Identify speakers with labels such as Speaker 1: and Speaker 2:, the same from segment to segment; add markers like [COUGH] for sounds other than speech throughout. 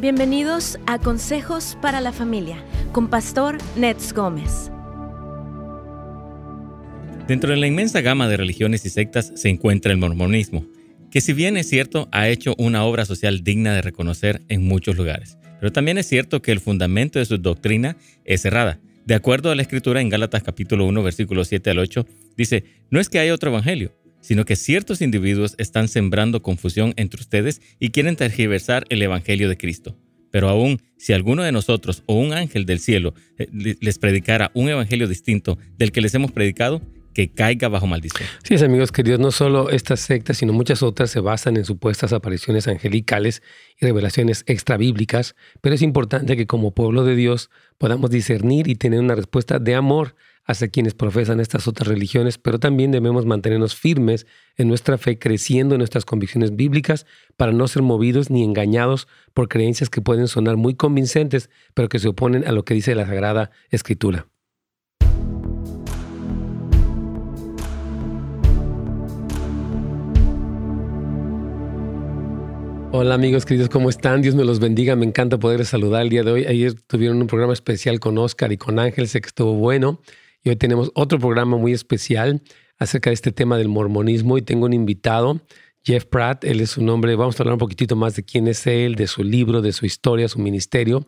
Speaker 1: Bienvenidos a Consejos para la Familia con Pastor Nets Gómez.
Speaker 2: Dentro de la inmensa gama de religiones y sectas se encuentra el mormonismo, que si bien es cierto ha hecho una obra social digna de reconocer en muchos lugares, pero también es cierto que el fundamento de su doctrina es errada. De acuerdo a la escritura en Gálatas capítulo 1 versículo 7 al 8, dice, no es que haya otro evangelio, sino que ciertos individuos están sembrando confusión entre ustedes y quieren tergiversar el Evangelio de Cristo. Pero aún si alguno de nosotros o un ángel del cielo eh, les predicara un Evangelio distinto del que les hemos predicado, que caiga bajo maldición.
Speaker 3: Sí, amigos queridos, no solo estas sectas, sino muchas otras se basan en supuestas apariciones angelicales y revelaciones extrabíblicas, pero es importante que como pueblo de Dios podamos discernir y tener una respuesta de amor hacia quienes profesan estas otras religiones, pero también debemos mantenernos firmes en nuestra fe, creciendo en nuestras convicciones bíblicas para no ser movidos ni engañados por creencias que pueden sonar muy convincentes, pero que se oponen a lo que dice la Sagrada Escritura. Hola amigos queridos, ¿cómo están? Dios me los bendiga, me encanta poder saludar el día de hoy. Ayer tuvieron un programa especial con Oscar y con Ángel, sé que estuvo bueno. Y hoy tenemos otro programa muy especial acerca de este tema del mormonismo y tengo un invitado, Jeff Pratt, él es un hombre, vamos a hablar un poquitito más de quién es él, de su libro, de su historia, su ministerio.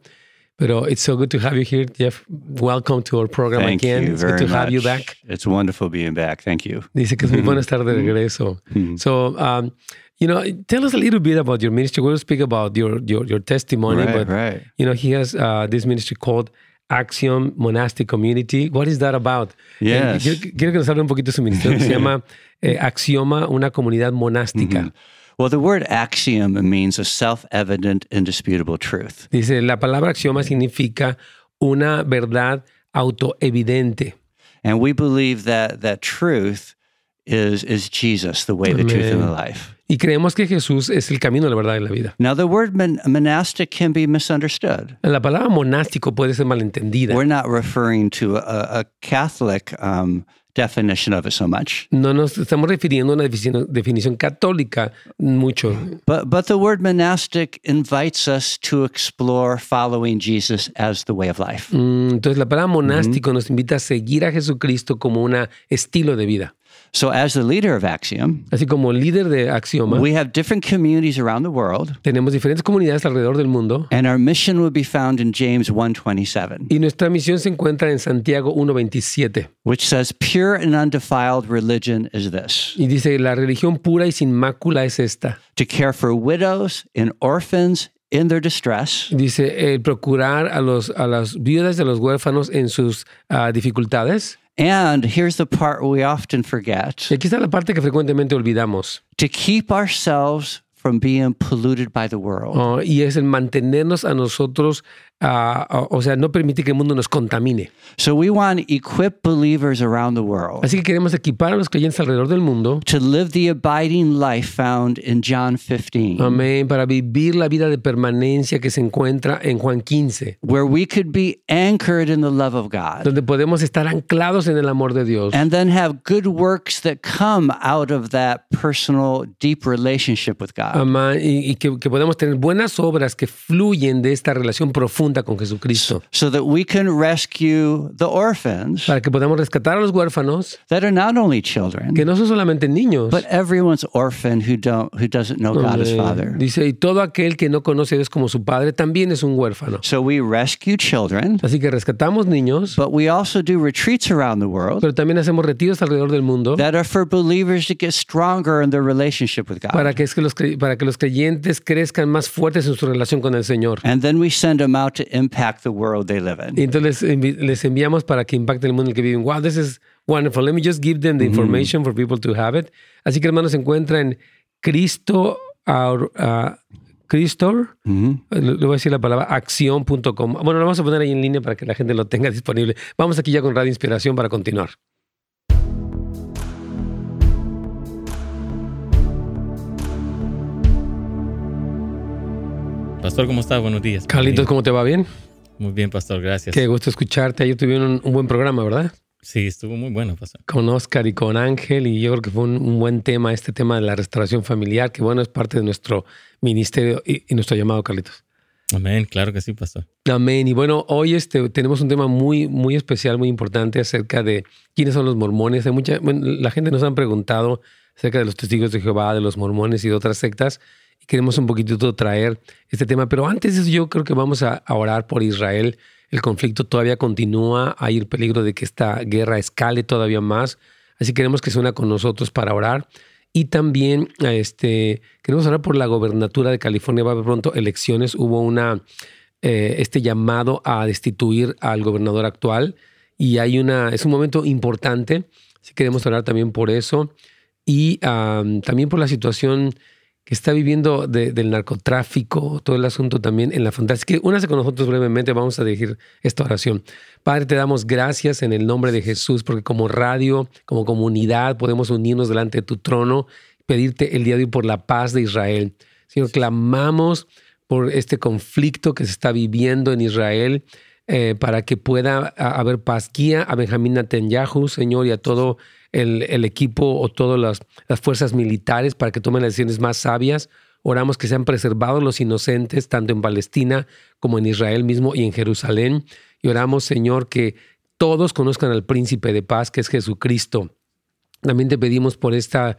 Speaker 3: Pero it's so good to have you here, Jeff. Welcome to our program
Speaker 4: Thank
Speaker 3: again.
Speaker 4: you
Speaker 3: it's
Speaker 4: very
Speaker 3: good to
Speaker 4: much.
Speaker 3: have you back.
Speaker 4: It's wonderful being back. Thank you.
Speaker 3: Dice que es
Speaker 4: [LAUGHS]
Speaker 3: muy bueno estar de regreso. So, um, you know, tell us a little bit about your ministry. We'll speak about your your, your testimony,
Speaker 4: Right,
Speaker 3: but
Speaker 4: right.
Speaker 3: you know, he has uh, this ministry called Axiom Monastic Community. What is that about? Eh,
Speaker 4: Yes.
Speaker 3: Quiero, quiero que nos hable un poquito de su ministerio que se
Speaker 4: [LAUGHS]
Speaker 3: llama eh, Axioma, una comunidad monástica.
Speaker 4: Well, the word axiom means a self evident, indisputable truth.
Speaker 3: Dice, la palabra axioma significa una verdad autoevidente.
Speaker 4: And we believe that that truth is, is Jesus, the way, the truth, and the
Speaker 3: Amen.
Speaker 4: life.
Speaker 3: Y creemos que Jesús es el camino, la verdad y la vida.
Speaker 4: Now, the word mon- monastic can be misunderstood.
Speaker 3: La palabra monástico puede ser malentendida.
Speaker 4: We're not referring to a, a Catholic um, definition of it so much.
Speaker 3: No nos estamos refiriendo a una definición, definición católica mucho,
Speaker 4: But, but the word monastic invites us to explore following Jesus as the way of life.
Speaker 3: Mm, Entonces la palabra monástico nos invita a seguir a Jesucristo como un estilo de vida.
Speaker 4: So, as the leader of Axiom,
Speaker 3: Así como líder de Axioma,
Speaker 4: We have different communities around the world,
Speaker 3: tenemos diferentes comunidades alrededor del mundo
Speaker 4: and our mission would be found in James 1:27,
Speaker 3: y nuestra misión se encuentra en Santiago 1.27
Speaker 4: which says, "Pure and undefiled religion is this:
Speaker 3: y dice, la religión pura y sin mácula es esta.
Speaker 4: to care for widows and orphans in their distress,
Speaker 3: Dice, el procurar a, los, a las viudas y a los huérfanos en sus ah, dificultades.
Speaker 4: and here's the part we often forget:
Speaker 3: Y aquí está la parte que frecuentemente olvidamos
Speaker 4: to keep ourselves from being polluted by the world."
Speaker 3: oh, y es el mantenernos a nosotros, ah, ah, o sea, no permitir que el mundo nos contamine.
Speaker 4: So we want to equip believers around the world
Speaker 3: Así que queremos equipar a los creyentes alrededor del mundo
Speaker 4: to live the abiding life found in John 15.
Speaker 3: Amén. Para vivir la vida de permanencia que se encuentra en Juan 15,
Speaker 4: where we could be anchored in the love of God.
Speaker 3: donde podemos estar anclados en el amor de Dios
Speaker 4: and then have good works that come out of that personal, deep relationship with God.
Speaker 3: Amá- y, y que, que podemos tener buenas obras que fluyen de esta relación profunda con Jesucristo,
Speaker 4: so that we can rescue the orphans
Speaker 3: para que podamos rescatar a los huérfanos,
Speaker 4: that are not only children,
Speaker 3: que no son solamente niños.
Speaker 4: but everyone's orphan who don't who doesn't know God as
Speaker 3: Amén.
Speaker 4: Father.
Speaker 3: Dice, y todo aquel que no conoce a Dios como su padre también es un huérfano.
Speaker 4: So we rescue children,
Speaker 3: Así que rescatamos niños,
Speaker 4: but we also do retreats around the world
Speaker 3: pero también hacemos retiros alrededor del mundo
Speaker 4: that are for believers to get stronger in their relationship with God.
Speaker 3: para que, es que los, cre- para que los creyentes crezcan más fuertes en su relación con el Señor.
Speaker 4: and then we send them out to impact the world they live in.
Speaker 3: Y entonces les envi- les enviamos para que impacte el mundo en el que viven. Wow, this is wonderful. Let me just give them the information for people to have it. Así que hermanos, se encuentra en Cristo, our, ah, Cristor, le le voy a decir la palabra, acción.com. Bueno, lo vamos a poner ahí en línea para que la gente lo tenga disponible. Vamos aquí ya con Radio Inspiración para continuar.
Speaker 2: Pastor, ¿cómo estás? Buenos días.
Speaker 3: Carlitos, ¿cómo te va? ¿Bien?
Speaker 2: Muy bien, Pastor, gracias.
Speaker 3: Qué gusto escucharte. Ayer tuvieron un, un buen programa, ¿verdad?
Speaker 2: Sí, estuvo muy bueno, Pastor.
Speaker 3: Con Oscar y con Ángel y yo creo que fue un, un buen tema este tema de la restauración familiar, que bueno, es parte de nuestro ministerio y, y nuestro llamado, Carlitos.
Speaker 2: Amén, claro que sí, pastor.
Speaker 3: Amén. Y bueno, hoy este, tenemos un tema muy, muy especial, muy importante acerca de quiénes son los mormones. Hay mucha, bueno, la gente nos han preguntado acerca de los testigos de Jehová, de los mormones y de otras sectas. Y queremos un poquitito traer este tema. Pero antes de eso, yo creo que vamos a, a orar por Israel. El conflicto todavía continúa. Hay el peligro de que esta guerra escale todavía más. Así queremos que se una con nosotros para orar. Y también este, queremos hablar por la gobernatura de California. Va a haber pronto elecciones. Hubo una, eh, este llamado a destituir al gobernador actual y hay una, es un momento importante. Si queremos hablar también por eso y um, también por la situación que está viviendo de- del narcotráfico, todo el asunto también en la frontera. Así que únase con nosotros brevemente, vamos a dirigir esta oración. Padre, te damos gracias en el nombre de Jesús, porque como radio, como comunidad, podemos unirnos delante de tu trono, pedirte el día de hoy por la paz de Israel. Señor, clamamos por este conflicto que se está viviendo en Israel, eh, para que pueda a- haber paz. Guía a Benjamín Netanyahu, Señor, y a todo el, el equipo o todas las, las fuerzas militares para que tomen las decisiones más sabias. Oramos que sean preservados los inocentes, tanto en Palestina como en Israel mismo y en Jerusalén. Y oramos, Señor, que todos conozcan al príncipe de paz, que es Jesucristo. También te pedimos por este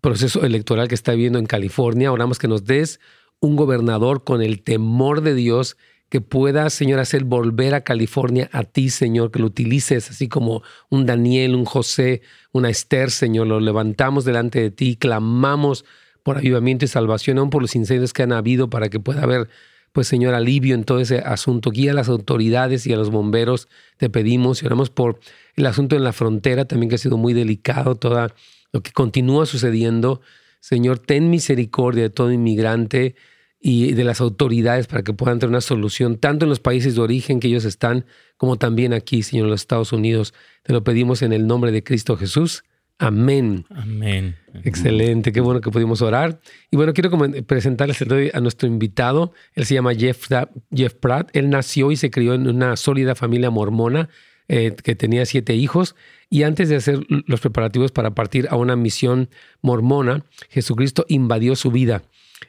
Speaker 3: proceso electoral que está viviendo en California. Oramos que nos des un gobernador con el temor de Dios que pueda, Señor, hacer volver a California a ti, Señor, que lo utilices así como un Daniel, un José, una Esther, Señor. Lo levantamos delante de ti, clamamos por avivamiento y salvación, aún por los incendios que han habido, para que pueda haber, pues, Señor, alivio en todo ese asunto. Guía a las autoridades y a los bomberos, te pedimos, y oramos por el asunto en la frontera también, que ha sido muy delicado, todo lo que continúa sucediendo. Señor, ten misericordia de todo inmigrante y de las autoridades para que puedan tener una solución, tanto en los países de origen que ellos están, como también aquí, Señor, en los Estados Unidos. Te lo pedimos en el nombre de Cristo Jesús. Amén.
Speaker 2: Amén.
Speaker 3: Excelente, qué bueno que pudimos orar. Y bueno, quiero comen- presentarles el día de hoy a nuestro invitado. Él se llama Jeff, Da- Jeff Pratt. Él nació y se crió en una sólida familia mormona eh, que tenía siete hijos. Y antes de hacer l- los preparativos para partir a una misión mormona, Jesucristo invadió su vida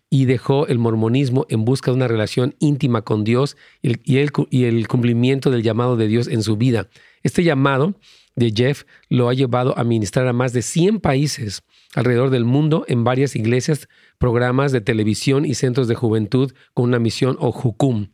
Speaker 3: y dejó el mormonismo en busca de una relación íntima con Dios y el, y el cu- y el cumplimiento del llamado de Dios en su vida. Este llamado de Jeff lo ha llevado a ministrar a más de 100 países alrededor del mundo en varias iglesias, programas de televisión y centros de juventud con una misión o Jukum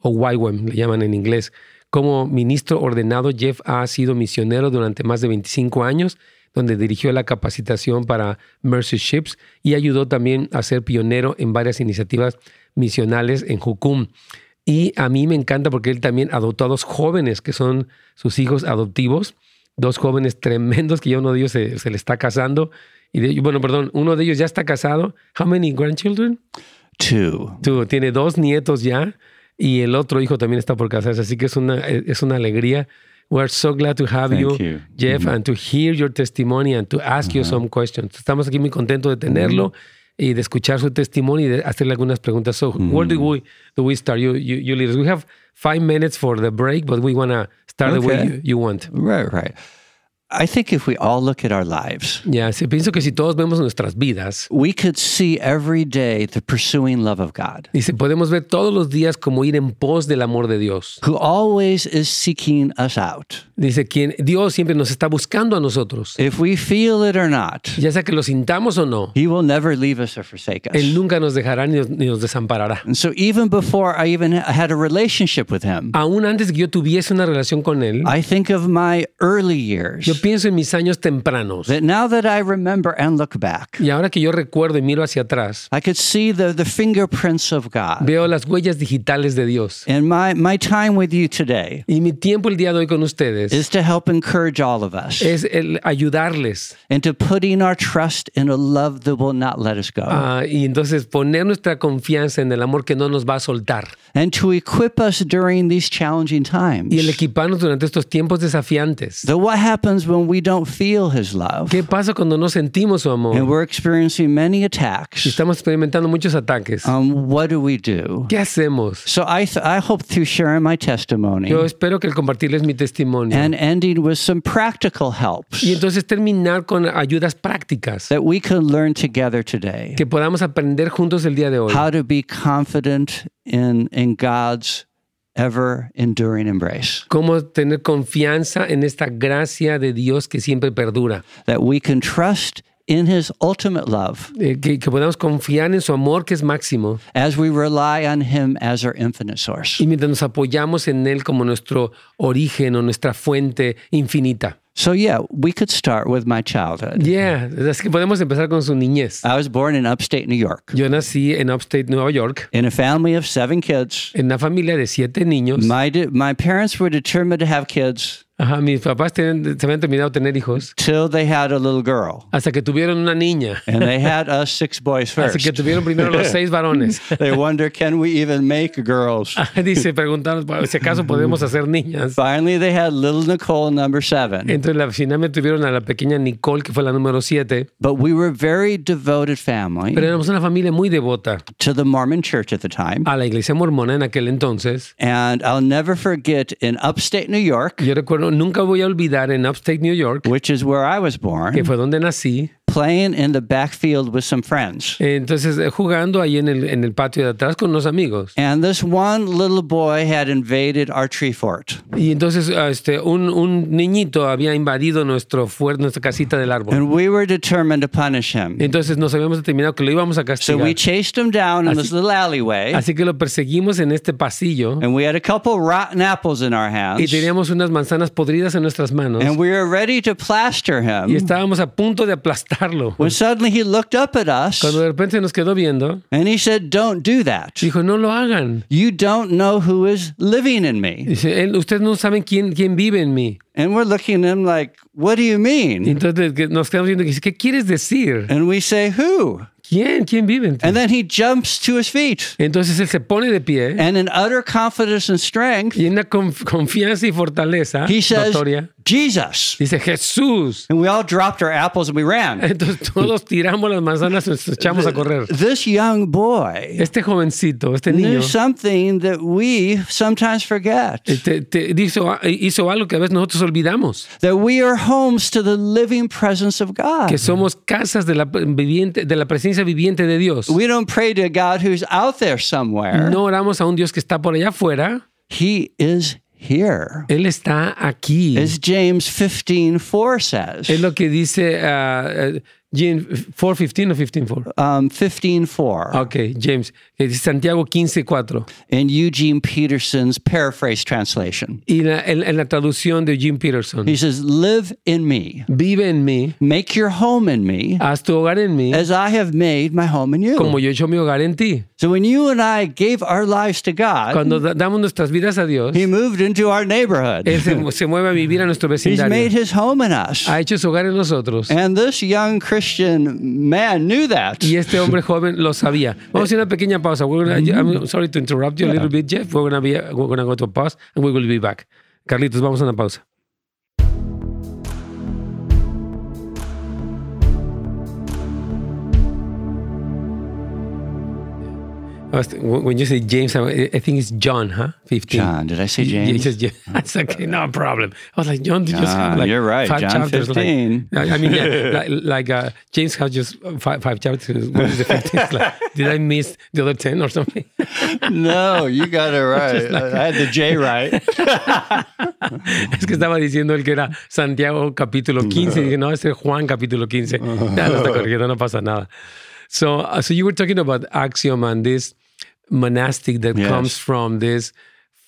Speaker 3: o YWAM, le llaman en inglés. Como ministro ordenado, Jeff ha sido misionero durante más de 25 años, donde dirigió la capacitación para Mercy Ships y ayudó también a ser pionero en varias iniciativas misionales en Jukum. Y a mí me encanta porque él también adoptó a dos jóvenes que son sus hijos adoptivos, dos jóvenes tremendos que ya uno de ellos se, se le está casando. Y de- bueno, perdón, uno de ellos ya está casado. How many grandchildren?
Speaker 4: Two.
Speaker 3: Tú, tiene dos nietos ya y el otro hijo también está por casarse, así que es una, eh, es una alegría. We're so glad to have you,
Speaker 4: Thank you. Mm-hmm.
Speaker 3: Jeff, and to hear your testimony and to ask you some questions. Estamos aquí muy contentos de tenerlo
Speaker 4: Mm-hmm.
Speaker 3: y de escuchar su testimonio y de hacerle algunas preguntas. So, where
Speaker 4: Mm-hmm.
Speaker 3: do we, do we start? You, you, you leaders, we have five minutes for the break, but we want to start the way
Speaker 4: Okay.
Speaker 3: you, you want.
Speaker 4: Right, right. I think if we all look at our lives,
Speaker 3: Ya, sí, pienso que si todos vemos nuestras vidas,
Speaker 4: we could see every day the pursuing love of God,
Speaker 3: dice, podemos ver todos los días como ir en pos del amor de Dios.
Speaker 4: who always is seeking us out.
Speaker 3: Dice, quien, Dios siempre nos está buscando a nosotros.
Speaker 4: If we feel it or not,
Speaker 3: ya sea que lo sintamos o no,
Speaker 4: He will never leave us or forsake us.
Speaker 3: Él nunca nos dejará ni nos, ni nos desamparará.
Speaker 4: And so, even before I even had a relationship with Him,
Speaker 3: Aún antes que yo tuviese una relación con Él,
Speaker 4: I think of my early years.
Speaker 3: yo pienso en mis años tempranos.
Speaker 4: That now that I remember and look back,
Speaker 3: Y ahora que yo recuerdo y miro hacia atrás,
Speaker 4: I could see the, the fingerprints of God.
Speaker 3: veo las huellas digitales de Dios.
Speaker 4: And my, my time with you today
Speaker 3: Y mi tiempo el día de hoy con ustedes
Speaker 4: is to help encourage all of us
Speaker 3: es el ayudarles
Speaker 4: into putting our trust in a love that will not let us go
Speaker 3: ah, y entonces poner nuestra confianza en el amor que no nos va a soltar
Speaker 4: and to equip us during these challenging times.
Speaker 3: y el equiparnos durante estos tiempos desafiantes.
Speaker 4: That what happens happens when we don't feel his love?
Speaker 3: ¿Qué pasa cuando no sentimos su
Speaker 4: And
Speaker 3: amor?
Speaker 4: we're experiencing many
Speaker 3: Y
Speaker 4: attacks.
Speaker 3: estamos experimentando muchos ataques.
Speaker 4: Um, what do we do?
Speaker 3: ¿Qué hacemos?
Speaker 4: So I, th- I hope through sharing my testimony
Speaker 3: Yo espero que el compartirles mi testimonio
Speaker 4: and ending with some practical helps
Speaker 3: y entonces terminar con ayudas prácticas
Speaker 4: that we can learn together today
Speaker 3: que podamos aprender juntos el día de hoy.
Speaker 4: how to be confident in, in God's ever enduring embrace,
Speaker 3: Cómo tener confianza en esta gracia de Dios que siempre perdura.
Speaker 4: that we can trust in his ultimate love
Speaker 3: Eh, que, que podamos confiar en su amor que es máximo
Speaker 4: as we rely on him as our infinite source.
Speaker 3: y mientras nos apoyamos en él como nuestro origen o nuestra fuente infinita.
Speaker 4: So, yeah, we could start with my childhood.
Speaker 3: Yeah, así que podemos empezar con su niñez.
Speaker 4: I was born in upstate New York
Speaker 3: Yo nací en Upstate, Nueva York,
Speaker 4: in a family of seven kids.
Speaker 3: en una familia de siete niños.
Speaker 4: My, de- my parents were determined to have kids
Speaker 3: Ajá, mis papás tenían- se habían terminado de tener hijos
Speaker 4: till they had a little girl.
Speaker 3: hasta que tuvieron una niña.
Speaker 4: And they had us six boys
Speaker 3: Hasta que
Speaker 4: first.
Speaker 3: tuvieron primero los seis varones. [LAUGHS]
Speaker 4: They wonder, can we even make girls?
Speaker 3: Dice, preguntaron "Bueno, si acaso podemos hacer
Speaker 4: [LAUGHS]
Speaker 3: niñas.
Speaker 4: Finally, they had little Nicole, number seven.
Speaker 3: Entonces, la, finalmente tuvieron a la pequeña Nicole, que fue la número siete.
Speaker 4: But we were a very devoted
Speaker 3: Pero
Speaker 4: family
Speaker 3: éramos una familia muy devota
Speaker 4: to the Mormon church at the time.
Speaker 3: a la iglesia mormona en aquel entonces.
Speaker 4: And I'll never forget in upstate New York,
Speaker 3: Yo recuerdo, nunca voy a olvidar en Upstate New York,
Speaker 4: which is where I was
Speaker 3: que
Speaker 4: born,
Speaker 3: fue donde nací.
Speaker 4: playing in the backfield with some friends.
Speaker 3: Entonces, eh, jugando ahí en el, en el patio de atrás con unos amigos.
Speaker 4: And this one little boy had invaded our tree fort.
Speaker 3: Y entonces ah, este, un, un niñito había invadido nuestro fuerte, nuestra casita del árbol.
Speaker 4: And we were determined to punish him.
Speaker 3: Entonces nos habíamos determinado que lo íbamos a
Speaker 4: So
Speaker 3: castigar.
Speaker 4: we chased him down in this little alleyway.
Speaker 3: Así que lo perseguimos en este pasillo
Speaker 4: And we had a couple rotten apples in our
Speaker 3: y
Speaker 4: hands.
Speaker 3: teníamos unas manzanas podridas en nuestras manos
Speaker 4: And we were ready to plaster
Speaker 3: y
Speaker 4: him
Speaker 3: estábamos a punto de aplastarlo.
Speaker 4: when suddenly he looked up at us
Speaker 3: Cuando de repente nos quedó viendo,
Speaker 4: and he said, Don't do that.
Speaker 3: dijo, no lo hagan.
Speaker 4: You don't know who is living in me.
Speaker 3: Dice, "Él- ustedes no saben quién, quién vive en mí.
Speaker 4: And we're looking at him like, What do you
Speaker 3: Y
Speaker 4: mean?
Speaker 3: entonces que- nos quedamos viendo y dice, ¿qué quieres decir?
Speaker 4: And we say, Who?
Speaker 3: ¿Quién? ¿Quién vive en ti?
Speaker 4: And then he jumps to his feet.
Speaker 3: Entonces él se pone de pie
Speaker 4: And in utter confidence and strength,
Speaker 3: y en una conf- confianza y fortaleza
Speaker 4: he says,
Speaker 3: notoria,
Speaker 4: Jesus.
Speaker 3: Dice Jesús.
Speaker 4: And we all dropped our apples and
Speaker 3: [LAUGHS]
Speaker 4: we ran.
Speaker 3: Entonces todos tiramos las manzanas y nos echamos a correr.
Speaker 4: This young boy
Speaker 3: Este jovencito, este niño,
Speaker 4: knew something that we sometimes forget.
Speaker 3: este, te- hizo, hizo algo que a veces nosotros olvidamos,
Speaker 4: that we are homes to the living presence of God.
Speaker 3: que somos casas de la, viviente, de la presencia viviente de Dios.
Speaker 4: We don't pray to a God who's out there somewhere.
Speaker 3: No oramos a un Dios que está por allá afuera,
Speaker 4: He is here.
Speaker 3: Él está aquí.
Speaker 4: As James 15, 4 says.
Speaker 3: Es lo que dice ah, eh, James 4.15 o 15.4.
Speaker 4: Um, 15, 4
Speaker 3: Ok, James. que dice Santiago 15.4.
Speaker 4: in Eugene Peterson's paraphrase translation.
Speaker 3: Y la- en, en la traducción de Jim Peterson.
Speaker 4: He says, Live in me,
Speaker 3: Vive en mí,
Speaker 4: make your home in me,
Speaker 3: haz tu hogar en mí,
Speaker 4: as I have made my home in you.
Speaker 3: como yo he hecho mi hogar en ti.
Speaker 4: So when you and I gave our lives to God,
Speaker 3: Cuando da- damos nuestras vidas a Dios,
Speaker 4: He moved into our neighborhood.
Speaker 3: Él
Speaker 4: [LAUGHS]
Speaker 3: se, se mueve a vivir a nuestro
Speaker 4: He's
Speaker 3: vecindario.
Speaker 4: made His home in us.
Speaker 3: Ha hecho su hogar en nosotros.
Speaker 4: And this young Christian man knew that.
Speaker 3: Y este hombre joven lo sabía. Vamos a hacer una pequeña pausa. We're gonna- I'm sorry to interrupt you a little bit, Jeff. We're gonna be- we're gonna go to a pause and we will be back. Carlitos, vamos a una pausa. I was- When you say James, I I think it's John, huh? 15.
Speaker 4: John, did I say
Speaker 3: Yeah,
Speaker 4: James?
Speaker 3: It's just, yeah, [LAUGHS] it's okay, no problem. I was like, John, did you just have
Speaker 4: John,
Speaker 3: like
Speaker 4: you're right,
Speaker 3: five
Speaker 4: John
Speaker 3: chapters? like-
Speaker 4: 15.
Speaker 3: I I mean, yeah, [LAUGHS] like, like uh, James has just five, five chapters. [LAUGHS] What is the 15th? like, did I miss the other 10 or something?
Speaker 4: [LAUGHS] no, you
Speaker 3: [LAUGHS]
Speaker 4: got it right. I had the J right.
Speaker 3: [LAUGHS] es que estaba diciendo el que era Santiago capítulo 15. Y dije, no, ese es Juan capítulo 15. [LAUGHS] Ya, no está corrigiendo, no pasa nada. So, uh, so you were talking about axiom and this monastic that
Speaker 4: Yes.
Speaker 3: comes from this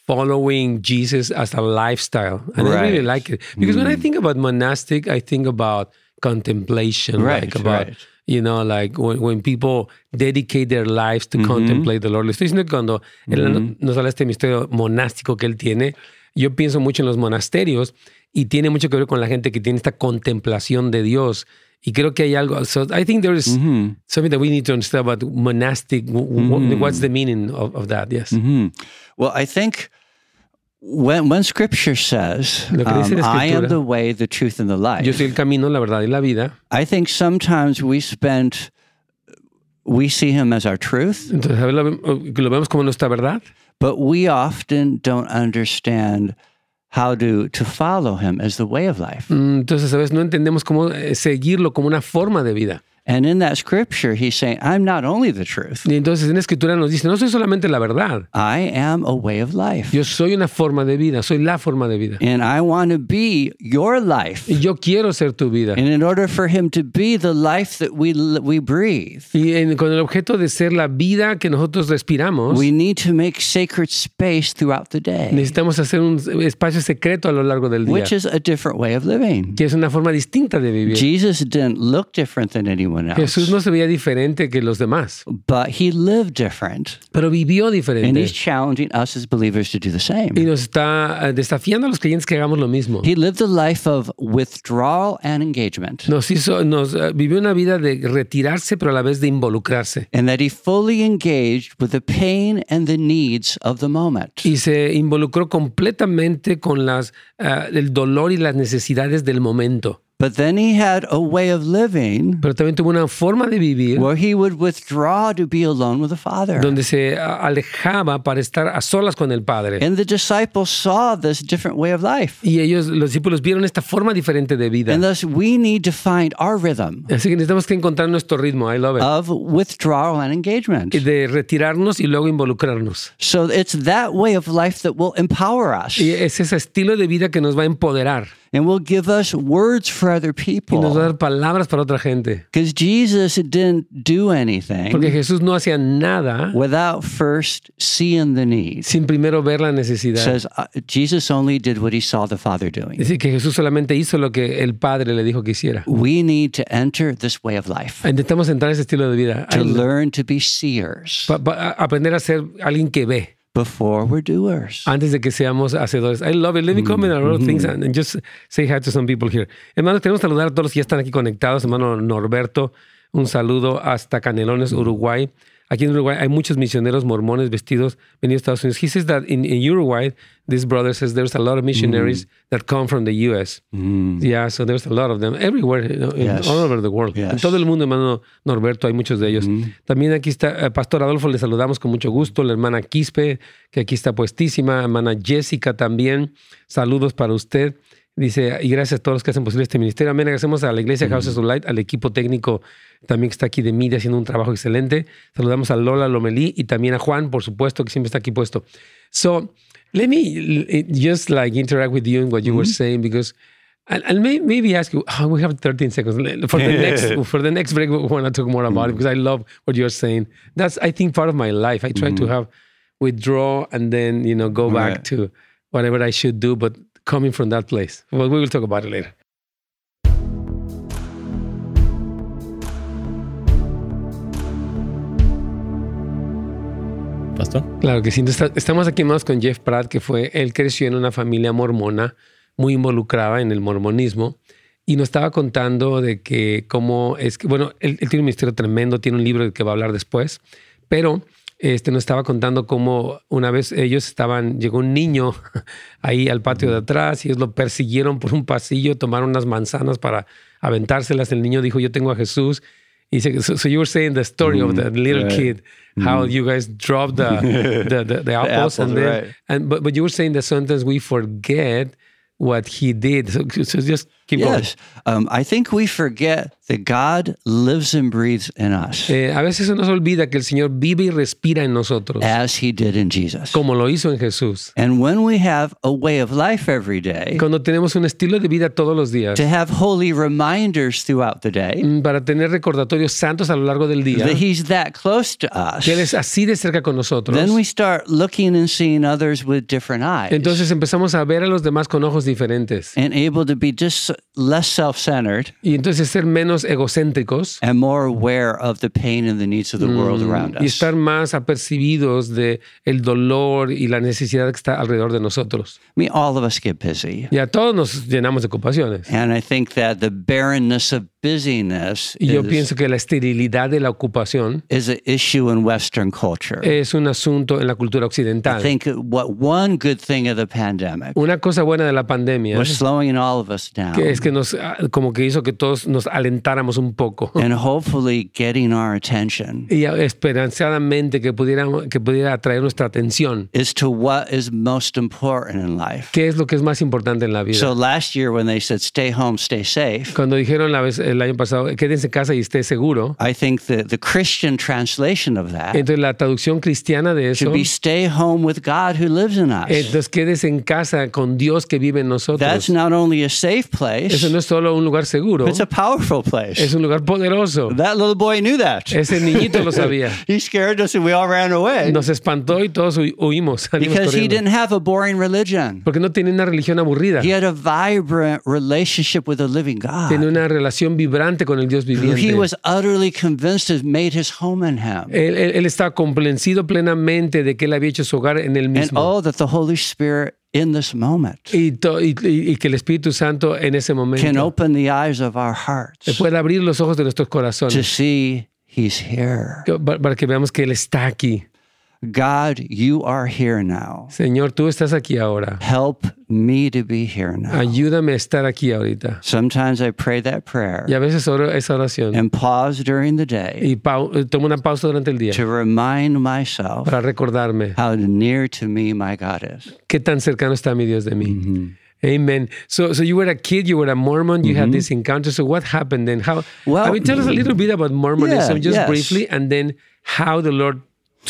Speaker 3: following Jesus as a lifestyle. And I really
Speaker 4: Right. Mm.
Speaker 3: like it because when I think about monastic, I think about contemplation, like
Speaker 4: Right,
Speaker 3: about
Speaker 4: right.
Speaker 3: you know, like when, when people dedicate their lives to contemplate the Lord. Le estoy diciendo que cuando él nos habla de este misterio monástico que él tiene, yo pienso mucho en los monasterios y tiene mucho que ver con la gente que tiene esta contemplación de Dios. Y creo que hay algo. So I think there is something that we need to understand about monastic. wh- wh- What's the meaning of, of that? Yes.
Speaker 4: Well, I think When, when scripture says,
Speaker 3: Lo que dice
Speaker 4: um,
Speaker 3: la
Speaker 4: I am
Speaker 3: Escritura-
Speaker 4: the way, the truth, and the life,
Speaker 3: Yo soy el camino, la verdad y la vida.
Speaker 4: I think sometimes we spend, we see him as our truth,
Speaker 3: Entonces, a ver, lo, vem- lo vemos como nuestra verdad,
Speaker 4: but we often don't understand how to, to follow him as the way of life.
Speaker 3: Mm, entonces a veces no entendemos cómo eh, seguirlo como una forma de vida.
Speaker 4: And in that scripture, he's saying, I'm not only the truth,
Speaker 3: Y entonces en la escritura nos dice, no soy solamente la verdad,
Speaker 4: I am a way of life.
Speaker 3: yo soy una forma de vida, soy la forma de vida.
Speaker 4: And I want to be your life.
Speaker 3: Y yo quiero ser tu vida.
Speaker 4: And in order for him to be the life that we, l- we breathe,
Speaker 3: Y en- con el objeto de ser la vida que nosotros respiramos,
Speaker 4: we need to make sacred space throughout the day,
Speaker 3: necesitamos hacer un espacio secreto a lo largo del día,
Speaker 4: which is a different way of living.
Speaker 3: que es una forma distinta de vivir.
Speaker 4: Jesus didn't look different than anyone
Speaker 3: Jesús
Speaker 4: else,
Speaker 3: no se veía diferente que los demás,
Speaker 4: but he lived different.
Speaker 3: pero vivió
Speaker 4: And he's
Speaker 3: diferente.
Speaker 4: challenging us as believers to do the
Speaker 3: Y
Speaker 4: same.
Speaker 3: nos está eh, desafiando a los creyentes que hagamos lo mismo.
Speaker 4: He lived a life of withdrawal and engagement,
Speaker 3: Nos hizo, nos eh, vivió una vida de retirarse, pero a la vez de involucrarse.
Speaker 4: and that he fully engaged with the pain and the needs of the moment.
Speaker 3: Y se involucró completamente con las, ah, el dolor y las necesidades del momento.
Speaker 4: But then he had a way of living
Speaker 3: Pero también tuvo una forma de vivir
Speaker 4: where he would withdraw to be alone with the Father.
Speaker 3: donde se ah, alejaba para estar a solas con el Padre.
Speaker 4: And the disciples saw this different way of life.
Speaker 3: Y ellos, los discípulos, vieron esta forma diferente de vida.
Speaker 4: And thus we need to find our rhythm
Speaker 3: Así que necesitamos que encontrar nuestro ritmo, I love it,
Speaker 4: of withdrawal and engagement.
Speaker 3: y de retirarnos y luego involucrarnos.
Speaker 4: So it's that way of life that will empower us
Speaker 3: Y es ese estilo de vida que nos va a empoderar
Speaker 4: and will give us words for other
Speaker 3: y nos va a
Speaker 4: people.
Speaker 3: dar palabras para otra gente.
Speaker 4: Because Jesus didn't do
Speaker 3: Porque
Speaker 4: anything
Speaker 3: Jesús no hacía nada
Speaker 4: without first seeing the need.
Speaker 3: sin primero ver la
Speaker 4: It
Speaker 3: necesidad.
Speaker 4: says uh, Jesus only did what he saw the Father
Speaker 3: Es
Speaker 4: doing.
Speaker 3: decir, que Jesús solamente hizo lo que el Padre le dijo que hiciera.
Speaker 4: We need to enter this way of life.
Speaker 3: Intentamos entrar en ese estilo de vida,
Speaker 4: to
Speaker 3: al-
Speaker 4: learn to be seers
Speaker 3: pa- pa- a- aprender a ser alguien que ve
Speaker 4: before we're doers.
Speaker 3: antes de que seamos hacedores. I love it.
Speaker 4: Mm.
Speaker 3: Let me comment on a lot of things and, and just say hi to some people here. Hermanos, queremos saludar a todos los que ya están aquí conectados. Hermano Norberto, un saludo hasta Canelones,
Speaker 4: Mm.
Speaker 3: Uruguay. Aquí en Uruguay hay muchos misioneros mormones vestidos venidos de Estados Unidos. He says that in, in Uruguay, this brother says there's a lot of missionaries
Speaker 4: Mm.
Speaker 3: that come from the U.S. Yeah, so there's a lot of them everywhere, you know, in-
Speaker 4: Yes.
Speaker 3: all over the world. En
Speaker 4: Yes.
Speaker 3: todo el mundo, hermano Norberto, hay muchos de ellos. También aquí está eh, Pastor Adolfo, le saludamos con mucho gusto. La hermana Quispe, que aquí está puestísima. Hermana Jessica también. Saludos para usted. Dice, y gracias a todos los que hacen posible este ministerio. Amén. Agradecemos a la Iglesia Houses of Light, al equipo técnico también que está aquí de media haciendo un trabajo excelente. Saludamos a Lola Lomelí y también a Juan, por supuesto, que siempre está aquí puesto. So, let me eh, just like interact with you and what you were saying because and, and may, maybe ask you, oh, we have 13 seconds le- for the next for the next break. We want to talk more about it because I love what you're saying. That's I think part of my life. I try to have withdraw and then you know go back
Speaker 4: Right.
Speaker 3: to whatever I should do, but coming from that place. Well, we will talk about it later.
Speaker 2: Pastor.
Speaker 3: Claro que sí. Entonces, está- estamos aquí más con Jeff Pratt, que fue, él creció en una familia mormona muy involucrada en el mormonismo y nos estaba contando de que cómo es que, bueno, él, él tiene un ministerio tremendo, tiene un libro del que va a hablar después, pero este, nos estaba contando cómo una vez ellos estaban, llegó un niño [LAUGHS] ahí al patio de atrás y ellos lo persiguieron por un pasillo, tomaron unas manzanas para aventárselas. El niño dijo, yo tengo a Jesús. Y dice, so, so you were saying the story of that little kid, how you guys dropped the, the, the, the apples, and
Speaker 4: apples,
Speaker 3: then,
Speaker 4: right.
Speaker 3: and, but, but you were saying that sometimes we forget what he did. So, so just keep going.
Speaker 4: Yes. Um, I think we forget that God lives and breathes in us
Speaker 3: Eh, a veces se nos olvida que el Señor vive y respira en nosotros,
Speaker 4: as he did in Jesus.
Speaker 3: como lo hizo en Jesús.
Speaker 4: And when we have a way of life every day,
Speaker 3: Cuando tenemos un estilo de vida todos los días,
Speaker 4: to have holy reminders throughout the day
Speaker 3: mm, para tener recordatorios santos a lo largo del día,
Speaker 4: that he's that close to us,
Speaker 3: que Él es así de cerca con nosotros,
Speaker 4: then we start looking and seeing others with different eyes Eh.
Speaker 3: entonces empezamos a ver a los demás con ojos diferentes
Speaker 4: and able to be just less self centered
Speaker 3: Y entonces ser menos egocéntricos
Speaker 4: and more aware of the pain and the needs of Eh, the world
Speaker 3: mm,
Speaker 4: around
Speaker 3: y
Speaker 4: us.
Speaker 3: estar más apercibidos de el dolor y la necesidad que está alrededor de nosotros.
Speaker 4: I mean, all of us get busy.
Speaker 3: Y a todos nos llenamos de ocupaciones.
Speaker 4: And I think that the barrenness of busyness
Speaker 3: Y yo
Speaker 4: is,
Speaker 3: pienso que la esterilidad de la ocupación
Speaker 4: is an issue in Western culture.
Speaker 3: es un asunto en la cultura
Speaker 4: I
Speaker 3: occidental.
Speaker 4: think what one good thing of the pandemic
Speaker 3: Una cosa buena de la pandemia
Speaker 4: was slowing all of us down
Speaker 3: que es que nos ah, como que hizo que todos nos alentáramos un poco
Speaker 4: and hopefully getting our attention
Speaker 3: [LAUGHS] y ah, esperanzadamente que pudiéramos que pudiera atraer nuestra atención.
Speaker 4: is to what is most important in life.
Speaker 3: ¿Qué es lo que es más importante en la vida?
Speaker 4: So last year when they said stay home, stay safe,
Speaker 3: Cuando dijeron la vez, el año pasado, quédense en casa y esté seguro,
Speaker 4: I think that the Christian translation of that
Speaker 3: entonces la traducción cristiana de eso,
Speaker 4: Ah. should be stay home with God who lives in us.
Speaker 3: entonces quédese en casa con Dios que vive en
Speaker 4: That's
Speaker 3: nosotros.
Speaker 4: not only a safe place,
Speaker 3: Eso no es solo un lugar seguro,
Speaker 4: it's a powerful
Speaker 3: es
Speaker 4: place.
Speaker 3: un lugar poderoso.
Speaker 4: That little boy knew that.
Speaker 3: Ese niñito lo
Speaker 4: [LAUGHS]
Speaker 3: sabía.
Speaker 4: He scared us and we all ran away
Speaker 3: Nos espantó y todos hu- huimos. salimos
Speaker 4: because he
Speaker 3: corriendo.
Speaker 4: didn't have a boring religion.
Speaker 3: Porque no tiene una religión aburrida.
Speaker 4: He had a vibrant relationship with the living
Speaker 3: Tiene
Speaker 4: God,
Speaker 3: una relación vibrante con el Dios
Speaker 4: who he
Speaker 3: viviente.
Speaker 4: was utterly convinced has made his home in him.
Speaker 3: Él, él- él estaba convencido plenamente de que él había hecho su hogar en él
Speaker 4: And
Speaker 3: mismo.
Speaker 4: oh, that the Holy Spirit in this moment
Speaker 3: Y, to- y- y- y que el Espíritu Santo en ese
Speaker 4: can
Speaker 3: momento
Speaker 4: open the eyes of our hearts
Speaker 3: pueda abrir los ojos de nuestros
Speaker 4: to
Speaker 3: corazones
Speaker 4: see he's here.
Speaker 3: que- pa- para que veamos que Él está aquí.
Speaker 4: God, you are here now.
Speaker 3: Señor, tú estás aquí ahora.
Speaker 4: Help me to be here now.
Speaker 3: Ayúdame a estar aquí ahorita.
Speaker 4: Sometimes I pray that prayer
Speaker 3: Y a veces oro esa oración
Speaker 4: and pause during the day
Speaker 3: y pau- eh, tomo una pausa durante el día
Speaker 4: to remind myself
Speaker 3: para recordarme
Speaker 4: how near to me my God is.
Speaker 3: qué tan cercano está mi Dios de mí. Amen. So, so you were a kid, you were a Mormon, you had this encounter. So, what happened then? How? I
Speaker 4: Well- mm,
Speaker 3: mean, tell us a little bit about Mormonism,
Speaker 4: Yeah,
Speaker 3: just
Speaker 4: yes.
Speaker 3: briefly, and then how the Lord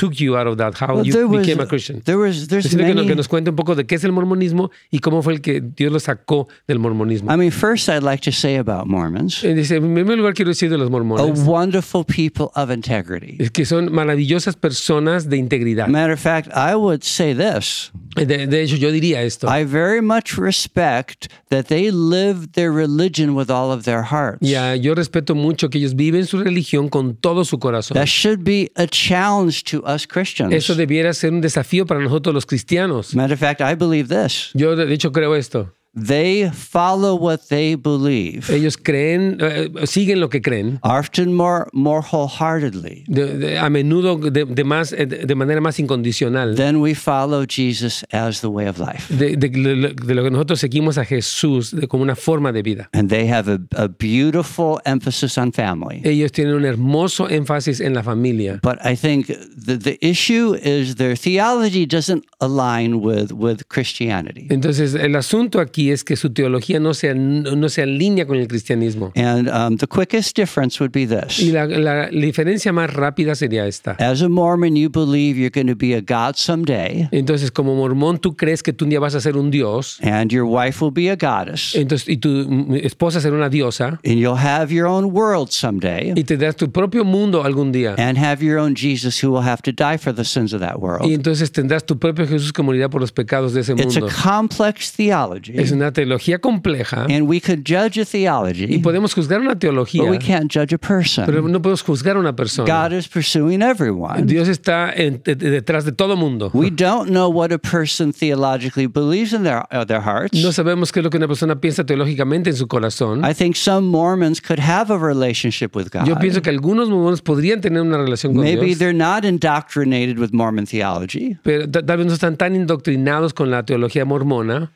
Speaker 3: took you out of that, how
Speaker 4: Well,
Speaker 3: you
Speaker 4: there was-
Speaker 3: became a Christian.
Speaker 4: There was there's
Speaker 3: Necesito que, nos- que
Speaker 4: many,
Speaker 3: nos cuente un poco de qué es el mormonismo y cómo fue el que Dios lo sacó del mormonismo.
Speaker 4: I mean, first I'd like to say about Mormons,
Speaker 3: Eh, dice, en primer lugar quiero decir de los
Speaker 4: a
Speaker 3: mormones
Speaker 4: wonderful people of integrity.
Speaker 3: es que son maravillosas personas de integridad.
Speaker 4: Matter of fact, I would say this.
Speaker 3: De, de hecho, yo diría esto.
Speaker 4: I very much respect that they lived their religion with all of their hearts.
Speaker 3: Ya, yo respeto mucho que ellos viven su religión con todo su corazón.
Speaker 4: That should be a challenge to us Christians.
Speaker 3: Eso debiera ser un desafío para nosotros los cristianos.
Speaker 4: Matter of fact, I believe this.
Speaker 3: Yo de hecho creo esto.
Speaker 4: They follow what they believe,
Speaker 3: Ellos creen, eh, siguen lo que creen,
Speaker 4: often more more wholeheartedly
Speaker 3: de- de- a menudo de, de más, eh, de de manera más incondicional, de,
Speaker 4: than we follow Jesus as the way of life.
Speaker 3: de- de lo que nosotros seguimos a Jesús de- como una forma de vida.
Speaker 4: And they have a, a beautiful emphasis on family.
Speaker 3: Ellos tienen un hermoso énfasis en la familia.
Speaker 4: But I think the, the issue is their theology doesn't align with, with Christianity.
Speaker 3: Entonces, el asunto aquí es que su teología no se, no se alinea con el cristianismo.
Speaker 4: And um, the quickest difference would be
Speaker 3: Y
Speaker 4: this.
Speaker 3: la, la- la diferencia más rápida sería esta.
Speaker 4: As a Mormon, you believe you're going to be a God someday,
Speaker 3: Entonces, como mormón, tú crees que tú un día vas a ser un dios,
Speaker 4: and your wife will be a goddess,
Speaker 3: entonces, y tu mm, esposa será una diosa,
Speaker 4: and you'll have your own world someday,
Speaker 3: y tendrás tu propio mundo algún día.
Speaker 4: and have your own Jesus who will have to die for the sins of that
Speaker 3: Y
Speaker 4: world.
Speaker 3: entonces tendrás tu propio Jesús que morirá por los pecados de ese
Speaker 4: It's a
Speaker 3: mundo.
Speaker 4: complex
Speaker 3: Es
Speaker 4: theology,
Speaker 3: una teología compleja
Speaker 4: and we could judge a
Speaker 3: y
Speaker 4: theology,
Speaker 3: podemos juzgar una
Speaker 4: but
Speaker 3: teología,
Speaker 4: we can't judge a
Speaker 3: pero
Speaker 4: person.
Speaker 3: no podemos juzgar a una persona.
Speaker 4: God is pursuing everyone.
Speaker 3: Dios está en- de- de- detrás de todo mundo.
Speaker 4: We don't know what a person theologically believes in their, uh, their hearts.
Speaker 3: No sabemos qué es lo que una persona piensa teológicamente en su corazón.
Speaker 4: I think some Mormons could have a relationship with God.
Speaker 3: Yo pienso que algunos mormones podrían tener una relación con
Speaker 4: Maybe
Speaker 3: Dios,
Speaker 4: they're not indoctrinated with Mormon theology,
Speaker 3: pero ta- tal vez no están tan indoctrinados con la teología mormona,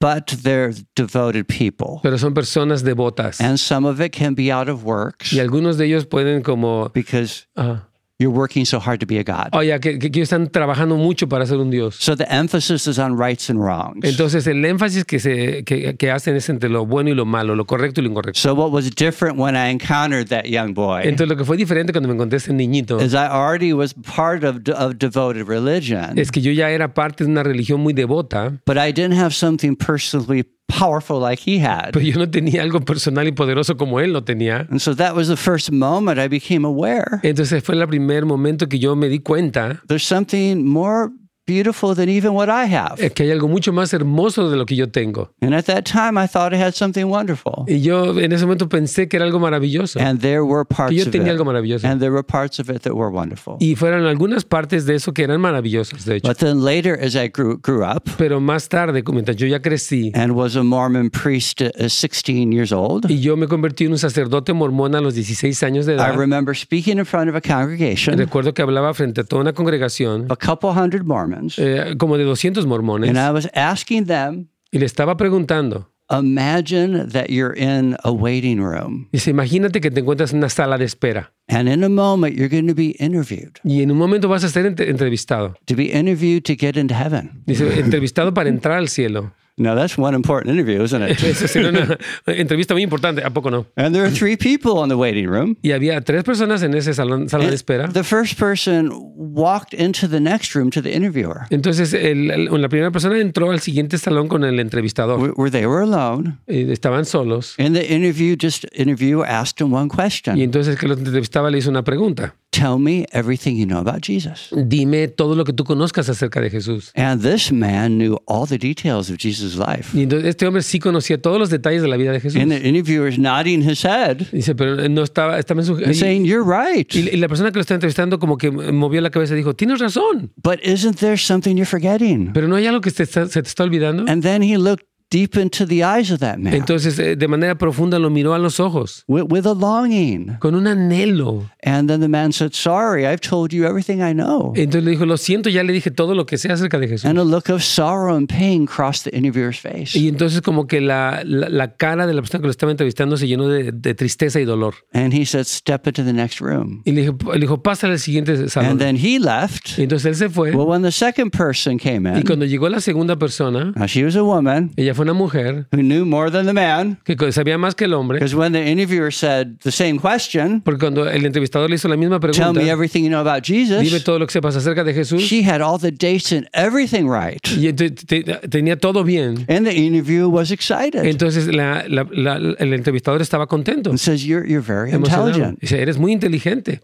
Speaker 4: but they're devoted people.
Speaker 3: pero son personas devotas.
Speaker 4: And some of it can be out of works
Speaker 3: Y algunos de ellos pueden como...
Speaker 4: because
Speaker 3: ah,
Speaker 4: you're working so hard to be a God.
Speaker 3: oh, ya, que, que ellos están trabajando mucho para ser un Dios.
Speaker 4: So the emphasis is on rights and wrongs.
Speaker 3: Entonces el énfasis que, se, que, que hacen es entre lo bueno y lo malo, lo correcto y lo incorrecto.
Speaker 4: So what was different when I encountered that young boy
Speaker 3: Entonces lo que fue diferente cuando me encontré ese niñito
Speaker 4: is I already was part of, of devoted religion,
Speaker 3: es que yo ya era parte de una religión muy devota,
Speaker 4: but I didn't have something personally powerful like he had.
Speaker 3: pero yo no tenía algo personal y poderoso como él lo tenía.
Speaker 4: And so that was the first moment I became aware
Speaker 3: Entonces fue el primer momento que yo me di cuenta
Speaker 4: there's something more beautiful than even what I have.
Speaker 3: Es eh, que hay algo mucho más hermoso de lo que yo tengo.
Speaker 4: And at that time, I thought I had something wonderful.
Speaker 3: Y yo en ese momento pensé que era algo maravilloso.
Speaker 4: And there were parts
Speaker 3: Que yo
Speaker 4: of
Speaker 3: tenía algo
Speaker 4: it.
Speaker 3: maravilloso.
Speaker 4: And there were parts of it that were wonderful.
Speaker 3: Y fueron algunas partes de eso que eran maravillosas, de hecho.
Speaker 4: But then later, as I grew, grew up
Speaker 3: Pero más tarde, mientras yo ya crecí
Speaker 4: and was a Mormon priest at at 16 years old,
Speaker 3: y yo me convertí en un sacerdote mormón a los 16 años de
Speaker 4: I
Speaker 3: edad,
Speaker 4: remember speaking in front of a congregation,
Speaker 3: recuerdo que hablaba frente a toda una congregación,
Speaker 4: a couple hundred Mormons,
Speaker 3: eh, como de 200 mormones,
Speaker 4: and I was asking them,
Speaker 3: y le estaba preguntando,
Speaker 4: imagine that you're in a waiting room,
Speaker 3: dice, imagínate que te encuentras en una sala de espera
Speaker 4: and in a moment, you're going to be interviewed,
Speaker 3: y en un momento vas a ser ent- entrevistado.
Speaker 4: to be interviewed to get into heaven.
Speaker 3: Dice, entrevistado para entrar al cielo. [LAUGHS]
Speaker 4: Now, that's one important interview, isn't it?
Speaker 3: Eso sería una [LAUGHS] entrevista muy importante, ¿a poco no?
Speaker 4: and there are three people in the waiting room.
Speaker 3: Y había tres personas en ese salón, sala de espera.
Speaker 4: Eh, The first person walked into the next room to the interviewer
Speaker 3: Entonces, el- el- la primera persona entró al siguiente salón con el entrevistador.
Speaker 4: wh- where they were alone.
Speaker 3: Eh, Estaban solos.
Speaker 4: And the interview just interviewer asked him one
Speaker 3: Y
Speaker 4: question.
Speaker 3: entonces el que lo entrevistaba le hizo una pregunta.
Speaker 4: Tell me everything you know about Jesus.
Speaker 3: Dime todo lo que tú conozcas acerca de Jesús.
Speaker 4: And this man knew all the details of Jesus' life.
Speaker 3: Y entonces este hombre sí conocía todos los detalles de la vida de Jesús.
Speaker 4: And the interviewer is nodding his head
Speaker 3: Dice, pero no estaba, estaba en su...
Speaker 4: and
Speaker 3: Y,
Speaker 4: saying, You're right.
Speaker 3: y la persona que lo está entrevistando como que movió la cabeza y dijo, tienes razón,
Speaker 4: But isn't there something you're forgetting?
Speaker 3: pero ¿no hay algo que te está- se te está olvidando?
Speaker 4: And then he looked deep into the eyes of that man
Speaker 3: Entonces, eh, de manera profunda lo miró a los ojos,
Speaker 4: with, with a longing.
Speaker 3: con un anhelo.
Speaker 4: And then the man said, Sorry, I've told you everything I know.
Speaker 3: Entonces le dijo, lo siento, ya le dije todo lo que sé acerca de Jesús.
Speaker 4: And a look of sorrow and pain crossed the interviewer's face.
Speaker 3: Y entonces como que la, la, la cara de la persona que lo estaba entrevistando se llenó de, de tristeza y dolor.
Speaker 4: And he said, Step into the next room.
Speaker 3: Y le dijo, le dijo pásale al siguiente salón.
Speaker 4: And then he left.
Speaker 3: Y entonces él se fue.
Speaker 4: Well, when the second person came
Speaker 3: Y
Speaker 4: in,
Speaker 3: cuando llegó la segunda persona,
Speaker 4: now she was a woman
Speaker 3: ella fue una mujer
Speaker 4: who knew more than the man.
Speaker 3: que co- sabía más que el hombre,
Speaker 4: Because when the interviewer said the same question,
Speaker 3: porque cuando el entrevistador le hizo la misma
Speaker 4: tell me
Speaker 3: pregunta,
Speaker 4: everything you know about
Speaker 3: dime
Speaker 4: Jesus,
Speaker 3: todo lo que sepas acerca de Jesús,
Speaker 4: she had all the dates and everything right.
Speaker 3: y ente- te- tenía todo bien.
Speaker 4: And the interviewer was excited
Speaker 3: Entonces la- la- la- el entrevistador estaba contento,
Speaker 4: and says, You're, you're very
Speaker 3: emocionado.
Speaker 4: intelligent.
Speaker 3: Dice, eres muy inteligente.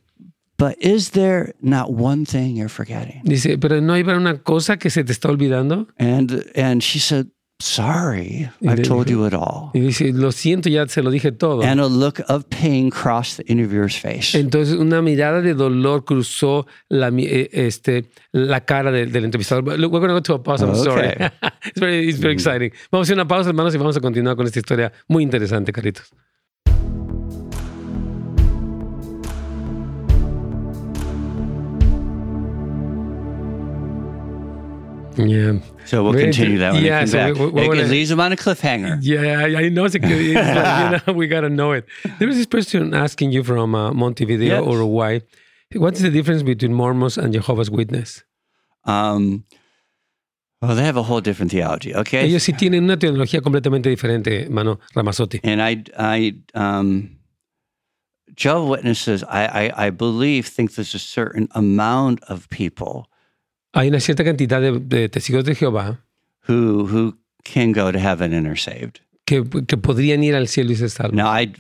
Speaker 4: But is there not one thing you're forgetting?
Speaker 3: Dice, pero no hay una cosa que se te está olvidando.
Speaker 4: And, and she said, Sorry,
Speaker 3: Y le
Speaker 4: I've told
Speaker 3: dijo-
Speaker 4: you it all.
Speaker 3: Y dice, lo siento, ya se lo dije todo.
Speaker 4: And a look of pain crossed the interviewer's face.
Speaker 3: Entonces una mirada de dolor cruzó la, mi- eh, este, la cara del, del entrevistador. Look, We're going go to a pause. I'm
Speaker 4: Okay.
Speaker 3: sorry. [LAUGHS] it's very, it's very exciting. Vamos a hacer una pausa, hermanos, y vamos a continuar con esta historia muy interesante, Carlitos. Yeah.
Speaker 4: So we'll
Speaker 3: Very
Speaker 4: continue
Speaker 3: inter-
Speaker 4: that when
Speaker 3: yeah,
Speaker 4: yeah,
Speaker 3: so
Speaker 4: back.
Speaker 3: we- we- we
Speaker 4: it, it
Speaker 3: wanna-
Speaker 4: leaves them on a cliffhanger.
Speaker 3: Yeah, I, I know. It's like,
Speaker 4: [LAUGHS]
Speaker 3: it's like, you know, we gotta know it. There was this person asking you from uh, Montevideo,
Speaker 4: Yes.
Speaker 3: Uruguay. What's the difference between Mormons and Jehovah's Witness?
Speaker 4: Um, well, they have a whole different theology, okay?
Speaker 3: Ellos sí tienen una teología completamente diferente, mano Ramazotti.
Speaker 4: and I, I, um, Jehovah's Witnesses, I, I, I believe, think there's a certain amount of people
Speaker 3: Hay una cierta cantidad de, de testigos de Jehová
Speaker 4: who who can go to heaven and are saved.
Speaker 3: que, que podrían ir al cielo y ser salvos.
Speaker 4: Now, I,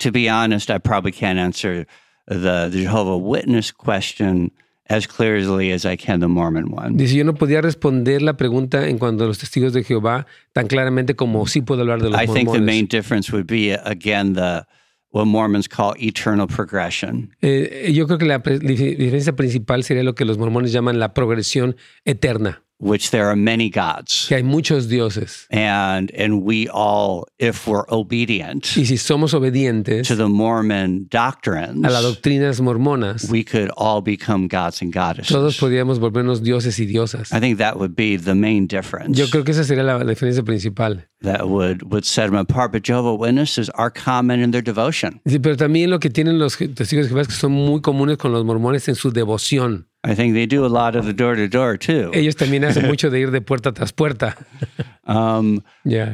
Speaker 4: to be honest, I probably can't answer the, the Jehovah Witness question as clearly as I can the Mormon one.
Speaker 3: Dice, yo no podía responder la pregunta en cuanto a los testigos de Jehová tan claramente como sí puedo hablar de los
Speaker 4: I think the
Speaker 3: mormones.
Speaker 4: main difference would be again the what Mormons call eternal progression.
Speaker 3: Eh, yo creo que la pre- dif- diferencia principal sería lo que los mormones llaman la progresión eterna,
Speaker 4: which there are many gods.
Speaker 3: que hay muchos dioses.
Speaker 4: And and we all, if we're obedient
Speaker 3: Y si somos obedientes
Speaker 4: to the Mormon doctrines,
Speaker 3: a las doctrinas mormonas,
Speaker 4: we could all become gods and
Speaker 3: todos
Speaker 4: goddesses.
Speaker 3: podríamos volvernos dioses y diosas.
Speaker 4: I think that would be the main difference
Speaker 3: Yo creo que esa sería la diferencia principal.
Speaker 4: that would, would set them apart. But Jehovah Witnesses are common in their devotion.
Speaker 3: Sí, pero también lo que tienen los je- testigos de Jehová es que son muy comunes con los mormones en su devoción.
Speaker 4: I think they do a lot of the door to door too.
Speaker 3: Ellos también hacen mucho de ir de puerta tras puerta.
Speaker 4: Um,
Speaker 3: Ya.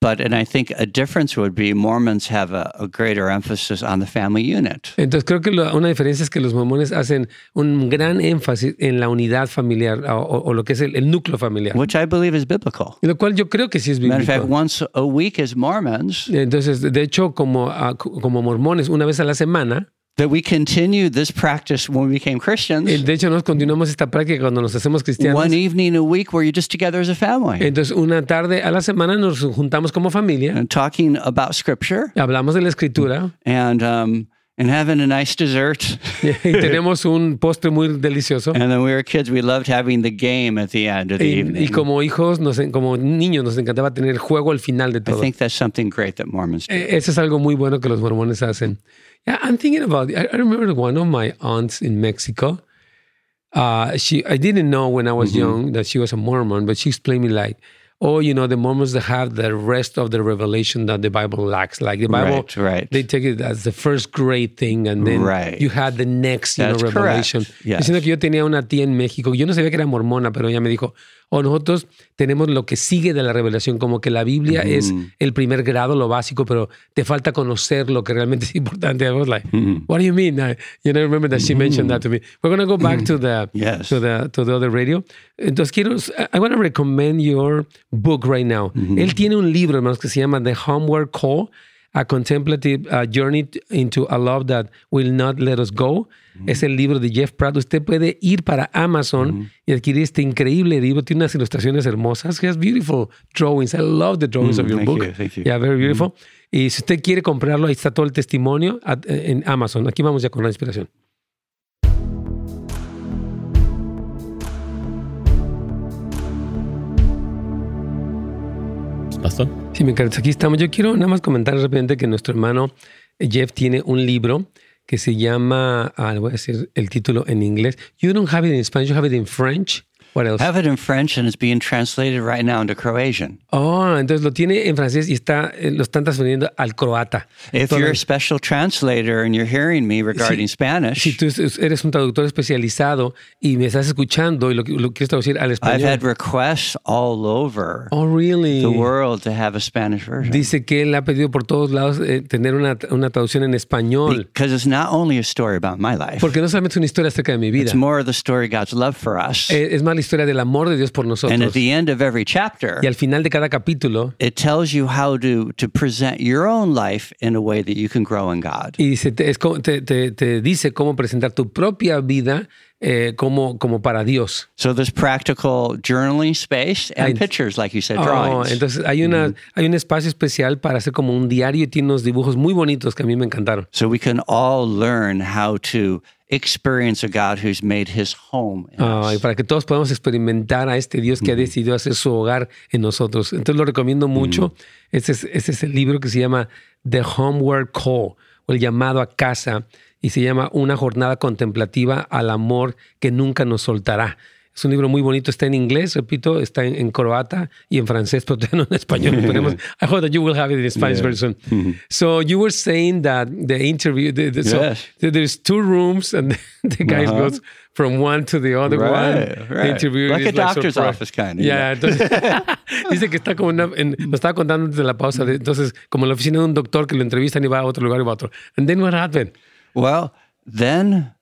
Speaker 4: but and I think a difference would be Mormons have a, a greater emphasis on the family unit.
Speaker 3: Entonces creo que lo- una diferencia es que los mormones hacen un gran énfasis en la unidad familiar o, o- o lo que es el, el núcleo familiar.
Speaker 4: Which I believe is biblical.
Speaker 3: Lo cual yo creo que sí es
Speaker 4: Matter of fact,
Speaker 3: bíblico.
Speaker 4: once a week as Mormons,
Speaker 3: Entonces, de hecho, como, ah, como mormones, una vez a la semana,
Speaker 4: that we continued this practice when we became
Speaker 3: Eh,
Speaker 4: Christians.
Speaker 3: De hecho, nos continuamos esta práctica cuando nos hacemos cristianos.
Speaker 4: One evening a week where you're just together as a family
Speaker 3: Entonces, una tarde a la semana nos juntamos como familia,
Speaker 4: and talking about scripture
Speaker 3: hablamos de la
Speaker 4: [LAUGHS]
Speaker 3: escritura
Speaker 4: and um, and having a nice dessert. [LAUGHS]
Speaker 3: y tenemos un postre muy delicioso.
Speaker 4: And then we were kids, we loved having the game at the end of the
Speaker 3: Y, y
Speaker 4: evening.
Speaker 3: como hijos, nos, en- como niños, nos encantaba tener juego al final de
Speaker 4: I
Speaker 3: todo.
Speaker 4: think that's something great that Mormons do.
Speaker 3: Eh, Eso es algo muy bueno que los mormones hacen. Yeah, I'm thinking about. I, I remember one of my aunts in Mexico. Uh, she, I didn't know when I was young that she was a Mormon, but she explained me like, oh, you know, the Mormons that have the rest of the revelation that the Bible lacks, like the Bible.
Speaker 4: Right, right.
Speaker 3: They take it as the first great thing, and then
Speaker 4: Right.
Speaker 3: you had the next, you know,
Speaker 4: That's correct.
Speaker 3: revelation.
Speaker 4: Yes.
Speaker 3: Diciendo que yo tenía una tía en México, yo no sabía que era mormona, pero ella me dijo, oh, nosotros tenemos lo que sigue de la revelación, como que la Biblia
Speaker 4: Mm.
Speaker 3: es el primer grado, lo básico, pero te falta conocer lo que realmente es importante. I was like,
Speaker 4: Mm.
Speaker 3: what do you mean? I, you know, I remember that she mentioned that to me. We're going to go back to the,
Speaker 4: Mm. Yes.
Speaker 3: to the, to the other radio. Entonces quiero, I want to recommend your book right now. Él tiene un libro, hermanos, que se llama The Homeward Call. A Contemplative uh, Journey into a Love That Will Not Let Us Go. Es el libro de Jeff Pratt. Usted puede ir para Amazon y adquirir este increíble libro. Tiene unas ilustraciones hermosas. He has beautiful drawings. I love the drawings of your
Speaker 4: Mm, thank
Speaker 3: book.
Speaker 4: you, thank you.
Speaker 3: Yeah, very beautiful. Y si usted quiere comprarlo, ahí está todo el testimonio at- en Amazon. Aquí vamos ya con la inspiración.
Speaker 2: Pastor.
Speaker 3: Sí, mi cariño, aquí estamos. Yo quiero nada más comentar rápidamente que nuestro hermano eh, Jeff tiene un libro que se llama, ah, le voy a decir el título en inglés. You don't have it in Spanish, you have it in French. What else?
Speaker 4: Have it in French and it's being translated right now into Croatian.
Speaker 3: Oh, entonces lo tiene en francés y está, eh, lo están transfiriendo al croata.
Speaker 4: If
Speaker 3: Entonces,
Speaker 4: you're a special translator and you're hearing me regarding Spanish,
Speaker 3: si tú es- eres un traductor especializado y me estás escuchando y lo, lo quieres traducir al
Speaker 4: I've
Speaker 3: español.
Speaker 4: had requests all over
Speaker 3: Oh, really?
Speaker 4: the world to have a Spanish version.
Speaker 3: Dice que él ha pedido por todos lados eh, tener una, una traducción en español.
Speaker 4: Because it's not only a story about my life,
Speaker 3: Porque no solamente es una historia acerca de mi vida,
Speaker 4: it's more of the story of God's love for us.
Speaker 3: eh, es más la historia del amor de Dios por
Speaker 4: And at
Speaker 3: nosotros.
Speaker 4: the end of every chapter,
Speaker 3: Y al final de cada capítulo,
Speaker 4: it tells you how to, to present your own life in a way that you can grow in God.
Speaker 3: y se te, es como- te- te- te dice cómo presentar tu propia vida eh, como, como para Dios.
Speaker 4: So there's practical journaling space and
Speaker 3: I-
Speaker 4: pictures, like you said,
Speaker 3: Oh,
Speaker 4: drawings.
Speaker 3: entonces hay, una, hay un espacio especial para hacer como un diario y tiene unos dibujos muy bonitos que a mí me encantaron.
Speaker 4: So we can all learn how to experience a God who's made his home. In
Speaker 3: Ah, y
Speaker 4: us.
Speaker 3: para que todos podamos experimentar a este Dios que ha decidido hacer su hogar en nosotros. Entonces lo recomiendo mucho. Este, es, este es el libro que se llama The Homeward Call, o el llamado a casa, y se llama Una jornada contemplativa al amor que nunca nos soltará. Es un libro muy bonito, está en inglés, repito, está en, en croata y en francés, [LAUGHS] pero todavía no en español. Esperemos. I hope that you will have it in Spanish very soon. So you were saying that the interview, the- the- so
Speaker 4: Yes.
Speaker 3: there- there's two rooms and [LAUGHS] the guy goes from one to the other
Speaker 4: Uh-huh. Right,
Speaker 3: one.
Speaker 4: right.
Speaker 3: The interview
Speaker 4: Like
Speaker 3: is
Speaker 4: a doctor's
Speaker 3: pro-
Speaker 4: office kind of,
Speaker 3: Yeah, entonces
Speaker 4: [LAUGHS]
Speaker 3: [LAUGHS] dice que está como una, en- lo estaba contando antes de la pausa, de- entonces como en la oficina de un doctor que lo entrevistan y va a otro lugar y va a otro. And then what happened?
Speaker 4: Well, then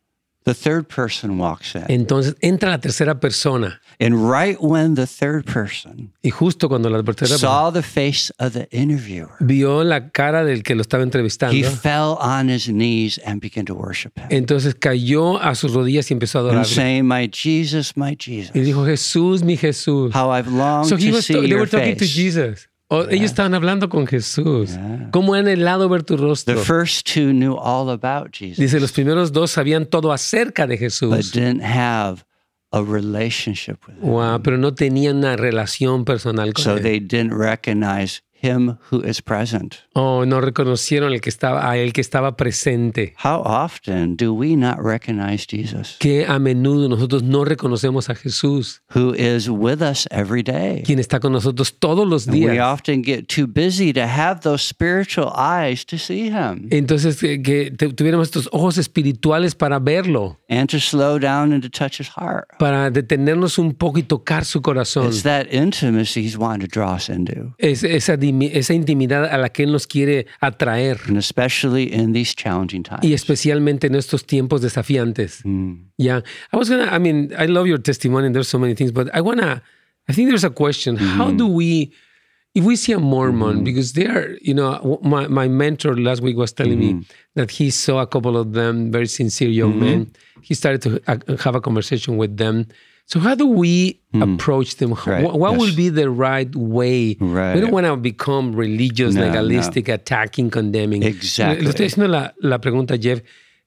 Speaker 4: the third person walks in.
Speaker 3: Entonces entra la tercera persona
Speaker 4: And right when the third person
Speaker 3: y justo cuando la tercera persona
Speaker 4: saw the face of the interviewer,
Speaker 3: vio la cara del que lo estaba
Speaker 4: he
Speaker 3: entrevistando,
Speaker 4: fell on his knees and began to worship him
Speaker 3: entonces cayó a sus rodillas y empezó a
Speaker 4: and
Speaker 3: adorarle.
Speaker 4: saying, My Jesus, my
Speaker 3: Y
Speaker 4: Jesus,
Speaker 3: dijo, Jesús, mi Jesús.
Speaker 4: how I've longed
Speaker 3: So he
Speaker 4: to
Speaker 3: was
Speaker 4: see
Speaker 3: they
Speaker 4: your
Speaker 3: were talking to
Speaker 4: face.
Speaker 3: Jesus. O- Ellos estaban hablando con Jesús. ¿Cómo han helado ver tu
Speaker 4: The
Speaker 3: rostro?
Speaker 4: first two knew all about Jesus,
Speaker 3: Dice, los primeros dos sabían todo acerca de
Speaker 4: but
Speaker 3: Jesús.
Speaker 4: didn't have a relationship with him.
Speaker 3: Wow, pero no tenían una relación personal con
Speaker 4: So
Speaker 3: él.
Speaker 4: they didn't recognize him who is present.
Speaker 3: Oh, no reconocieron el que estaba, a él que estaba presente.
Speaker 4: How often do we not recognize Jesus,
Speaker 3: Que a menudo nosotros no reconocemos a Jesús,
Speaker 4: who is with us every day?
Speaker 3: quien está con nosotros todos los
Speaker 4: And we
Speaker 3: días.
Speaker 4: often get too busy to have those spiritual eyes to see him
Speaker 3: Entonces, que, que te- tuviéramos estos ojos espirituales para verlo,
Speaker 4: and to slow down and to touch his heart.
Speaker 3: para detenernos un poco y tocar su corazón.
Speaker 4: It's that intimacy he's wanting to draw us into,
Speaker 3: Es, esa, dimi- esa intimidad a la que Él nos quiere atraer.
Speaker 4: and especially in these challenging times.
Speaker 3: Y especialmente en estos tiempos desafiantes.
Speaker 4: Mm.
Speaker 3: Yeah. I was gonna, I mean,
Speaker 4: Mm-hmm.
Speaker 3: I love your testimony and there's so many things, but I wanna, I think there's a question. How do we, if we see a Mormon, because they are, you know, w- my, my mentor last week was telling me
Speaker 4: Mm-hmm.
Speaker 3: that he saw a couple of them, very sincere young men. He started to uh, have a conversation with them. So how do we approach them? Wh-
Speaker 4: Mm. Right,
Speaker 3: What
Speaker 4: yes.
Speaker 3: would be the right way? We
Speaker 4: Right.
Speaker 3: don't want to become religious,
Speaker 4: No,
Speaker 3: legalistic, attacking, condemning.
Speaker 4: Exactly.
Speaker 3: Le estoy haciendo la, la pregunta, Jeff.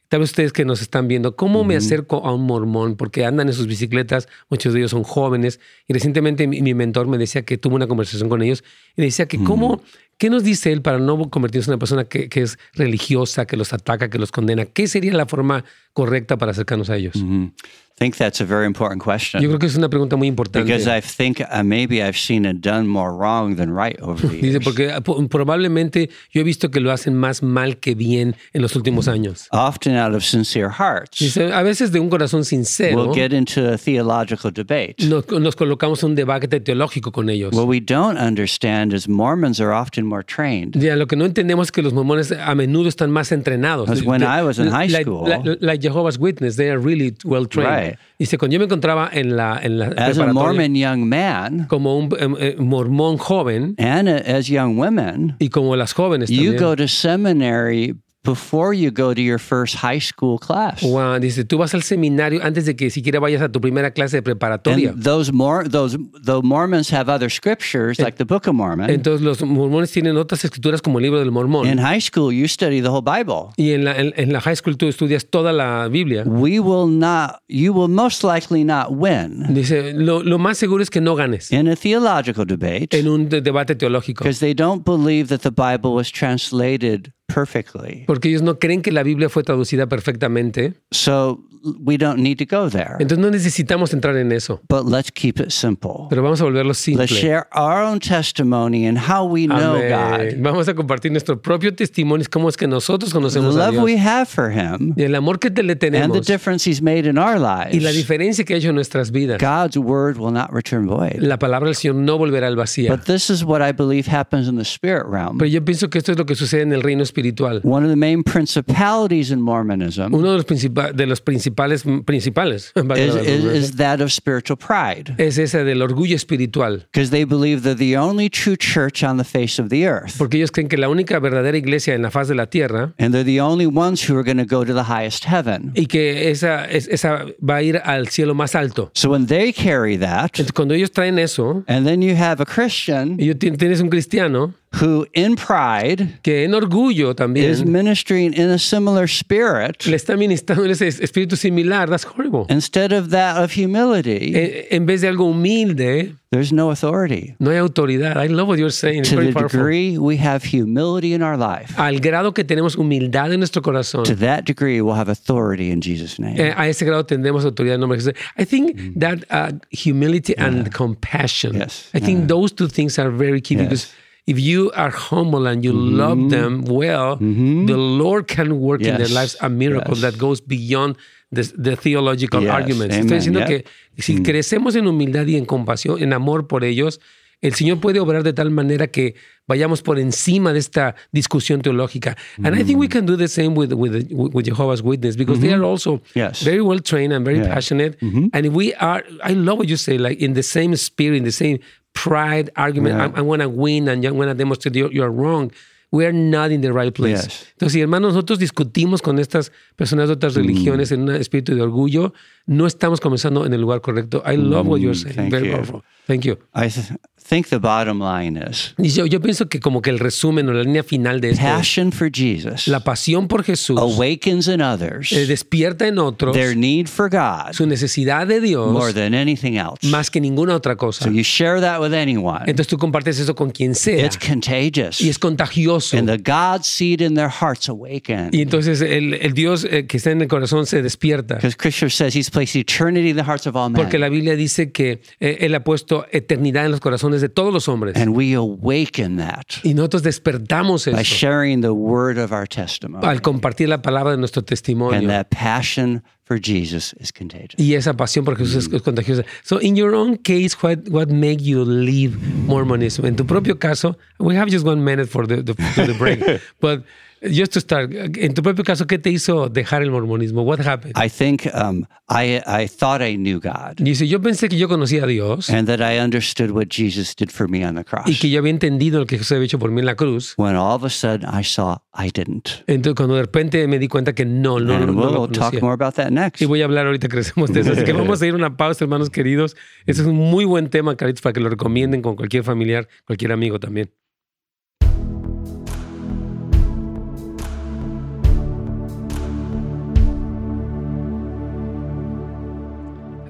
Speaker 3: Tal vez ustedes que nos están viendo, ¿cómo me acerco a un mormón? Porque andan en sus bicicletas, muchos de ellos son jóvenes. Y recientemente mi, mi mentor me decía que tuvo una conversación con ellos y decía que, ¿cómo, ¿qué nos dice él para no convertirse en una persona que, que es religiosa, que los ataca, que los condena? ¿Qué sería la forma correcta para acercarnos a ellos?
Speaker 4: I think that's a very important question.
Speaker 3: Yo creo que es una pregunta muy importante.
Speaker 4: because I think uh, maybe I've seen it done more wrong than right over the
Speaker 3: Dice,
Speaker 4: years.
Speaker 3: porque ah, po- probablemente yo he visto que lo hacen más mal que bien en los últimos años.
Speaker 4: Often out of sincere hearts,
Speaker 3: Dice, a veces de un corazón sincero
Speaker 4: we'll get into a theological debate.
Speaker 3: nos, nos colocamos en un debate teológico con ellos.
Speaker 4: What we don't understand is Mormons are often more trained.
Speaker 3: Ya, lo que no entendemos es que los mormones a menudo están más entrenados.
Speaker 4: Because when I was in high
Speaker 3: Like-
Speaker 4: school-
Speaker 3: like, like Jehovah's Witness, they are really well trained.
Speaker 4: Right.
Speaker 3: Dice, cuando yo me encontraba en la, en la
Speaker 4: As a
Speaker 3: preparatoria
Speaker 4: Mormon young man
Speaker 3: como un eh, eh, mormón joven
Speaker 4: and a, as young women,
Speaker 3: y como las jóvenes
Speaker 4: you
Speaker 3: también.
Speaker 4: go to seminary before you go to your first high school class.
Speaker 3: Guau, dice, tú vas al seminario antes de que siquiera vayas a tu primera clase de preparatoria.
Speaker 4: And those more those though Mormons have other scriptures like the Book of Mormon.
Speaker 3: Entonces los mormones tienen otras escrituras como el libro del mormón.
Speaker 4: in high school, you study the whole Bible.
Speaker 3: y en la, en- en la high school tú estudias toda la Biblia.
Speaker 4: We will not. You will most likely not win
Speaker 3: Dice, lo, lo más seguro es que no ganes
Speaker 4: in a theological debate
Speaker 3: en un de- debate teológico.
Speaker 4: because they don't believe that the Bible was translated perfectly.
Speaker 3: Porque ellos no creen que la Biblia fue traducida perfectamente.
Speaker 4: So we don't need to go there.
Speaker 3: Entonces no necesitamos entrar en eso.
Speaker 4: But let's keep it simple.
Speaker 3: Pero vamos a volverlo
Speaker 4: Let's
Speaker 3: simple.
Speaker 4: share our own testimony and how we know
Speaker 3: Amén.
Speaker 4: God,
Speaker 3: Vamos a compartir nuestro propio testimonio, es cómo es que nosotros
Speaker 4: the
Speaker 3: conocemos a
Speaker 4: love
Speaker 3: Dios.
Speaker 4: we have for Him,
Speaker 3: Y el amor que te le
Speaker 4: and the
Speaker 3: tenemos
Speaker 4: difference He's made in our
Speaker 3: y la
Speaker 4: lives.
Speaker 3: diferencia que ha hecho en nuestras vidas.
Speaker 4: God's word will not return void.
Speaker 3: La palabra del Señor no volverá al vacío.
Speaker 4: But this is what I believe happens in the spirit realm.
Speaker 3: Pero yo pienso que esto es lo que sucede en el reino espiritual.
Speaker 4: One of the main principalities in Mormonism
Speaker 3: Uno de los, principa- de los principales, principales [LAUGHS] valga la
Speaker 4: is, is,
Speaker 3: redundancia,
Speaker 4: is that of spiritual pride,
Speaker 3: es ese del orgullo espiritual.
Speaker 4: because they believe they're the only true church on the face of the earth,
Speaker 3: Porque ellos creen que la única verdadera iglesia en la faz de la tierra
Speaker 4: and they're the only ones who are going to go to the highest heaven.
Speaker 3: y que esa, es- esa va a ir al cielo más alto.
Speaker 4: So when they carry that,
Speaker 3: Entonces, cuando ellos traen eso,
Speaker 4: and then you have a Christian
Speaker 3: y yo- tien- tienes un cristiano
Speaker 4: who, in pride,
Speaker 3: que en orgullo
Speaker 4: is
Speaker 3: también
Speaker 4: ministering in a similar spirit
Speaker 3: le está ministrando ese es- espíritu similar, that's horrible.
Speaker 4: instead of that of humility,
Speaker 3: E- En vez de algo humilde,
Speaker 4: there's no authority.
Speaker 3: no hay autoridad. I love what you're saying. It's
Speaker 4: To
Speaker 3: very
Speaker 4: the
Speaker 3: powerful.
Speaker 4: degree we have humility in our life,
Speaker 3: Al grado que tenemos humildad en nuestro corazón,
Speaker 4: to that degree we'll have authority in Jesus'
Speaker 3: eh,
Speaker 4: name.
Speaker 3: a ese grado tendremos autoridad en nombre de Jesús. I think that uh, humility and compassion.
Speaker 4: Mm. Yes.
Speaker 3: I think those two things are very key because if you are humble and you
Speaker 4: Mm-hmm.
Speaker 3: love them well, the Lord can work in their
Speaker 4: Yes.
Speaker 3: lives a miracle
Speaker 4: Yes.
Speaker 3: that goes beyond the, the theological
Speaker 4: Yes.
Speaker 3: arguments.
Speaker 4: Amen.
Speaker 3: Estoy diciendo
Speaker 4: Yeah.
Speaker 3: que si crecemos en humildad y en compasión, en amor por ellos, el Señor puede obrar de tal manera que vayamos por encima de esta discusión teológica. And I think we can do the same with, with, with Jehovah's Witness because they are also
Speaker 4: Yes.
Speaker 3: very well trained and very passionate. And if we are, I love what you say, like in the same spirit, in the same pride argument, I, I want to win and I want to demonstrate you, you are wrong. We are not in the right place.
Speaker 4: Yes.
Speaker 3: pues, Entonces, si, hermanos, nosotros discutimos con estas personas de
Speaker 4: Mm.
Speaker 3: otras religiones en un espíritu de orgullo, no estamos comenzando en el lugar correcto. I love what you're saying.
Speaker 4: Mm, thank
Speaker 3: Very
Speaker 4: you.
Speaker 3: powerful. Thank you.
Speaker 4: I th- think the bottom line is
Speaker 3: Y yo, yo pienso que como que el resumen o la línea final de esto, es,
Speaker 4: passion for Jesus
Speaker 3: la pasión por Jesús
Speaker 4: awakens in others
Speaker 3: eh, despierta en otros
Speaker 4: their need for God
Speaker 3: su necesidad de Dios
Speaker 4: more than anything else.
Speaker 3: más que ninguna otra cosa.
Speaker 4: So you share that with anyone,
Speaker 3: Entonces tú compartes eso con quien sea
Speaker 4: it's contagious.
Speaker 3: y es contagioso.
Speaker 4: And the God seed in their hearts awaken.
Speaker 3: Y entonces el, el Dios eh, que está en el corazón se despierta.
Speaker 4: Because Scripture says he's placed eternity in the hearts of all
Speaker 3: Porque
Speaker 4: men.
Speaker 3: la Biblia dice que eh, Él ha puesto eternidad en los corazones de todos los hombres.
Speaker 4: And we awaken that
Speaker 3: Y nosotros despertamos
Speaker 4: by
Speaker 3: eso
Speaker 4: sharing the word of our testimony.
Speaker 3: al compartir la palabra de nuestro
Speaker 4: And
Speaker 3: testimonio.
Speaker 4: that passion for Jesus is contagious.
Speaker 3: Y esa pasión por Jesús
Speaker 4: Mm.
Speaker 3: es- es contagiosa. So, in your own case, what, what make you
Speaker 4: [LAUGHS]
Speaker 3: leave Mormonism? En tu propio caso, we have just one minute for the, the- to the break. But Just to start, en tu propio caso, ¿qué te hizo dejar el mormonismo? What happened?
Speaker 4: I think um, I, I thought I knew God
Speaker 3: Dice, yo pensé que yo conocía a Dios
Speaker 4: and that I understood what Jesus did for me on the
Speaker 3: y
Speaker 4: cross.
Speaker 3: que yo había entendido lo que Jesús había hecho por mí en la cruz.
Speaker 4: When all of a sudden I saw I didn't.
Speaker 3: Entonces, cuando de repente me di cuenta que no, no, no,
Speaker 4: and
Speaker 3: no lo
Speaker 4: we'll talk
Speaker 3: conocía.
Speaker 4: more about that next.
Speaker 3: Y voy a hablar ahorita que regresemos de eso. Así que vamos a ir a una pausa, hermanos queridos. Ese es un muy buen tema, Carlitos, para que lo recomienden con cualquier familiar, cualquier amigo también.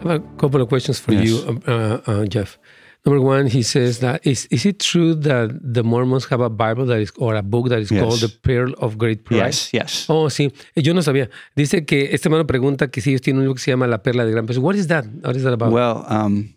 Speaker 3: I have a couple of questions for
Speaker 4: Yes.
Speaker 3: you, uh, uh, Jeff. Number one, he says that is, is it true that the Mormons have a Bible that is or a book that is
Speaker 4: Yes.
Speaker 3: called the Pearl of Great Price?
Speaker 4: Yes, yes.
Speaker 3: Oh, sí. Yo no sabía. Dice que este hermano pregunta que si ellos tienen un libro que se llama La Perla de Gran Peso. What is that? What is that about?
Speaker 4: Well, um,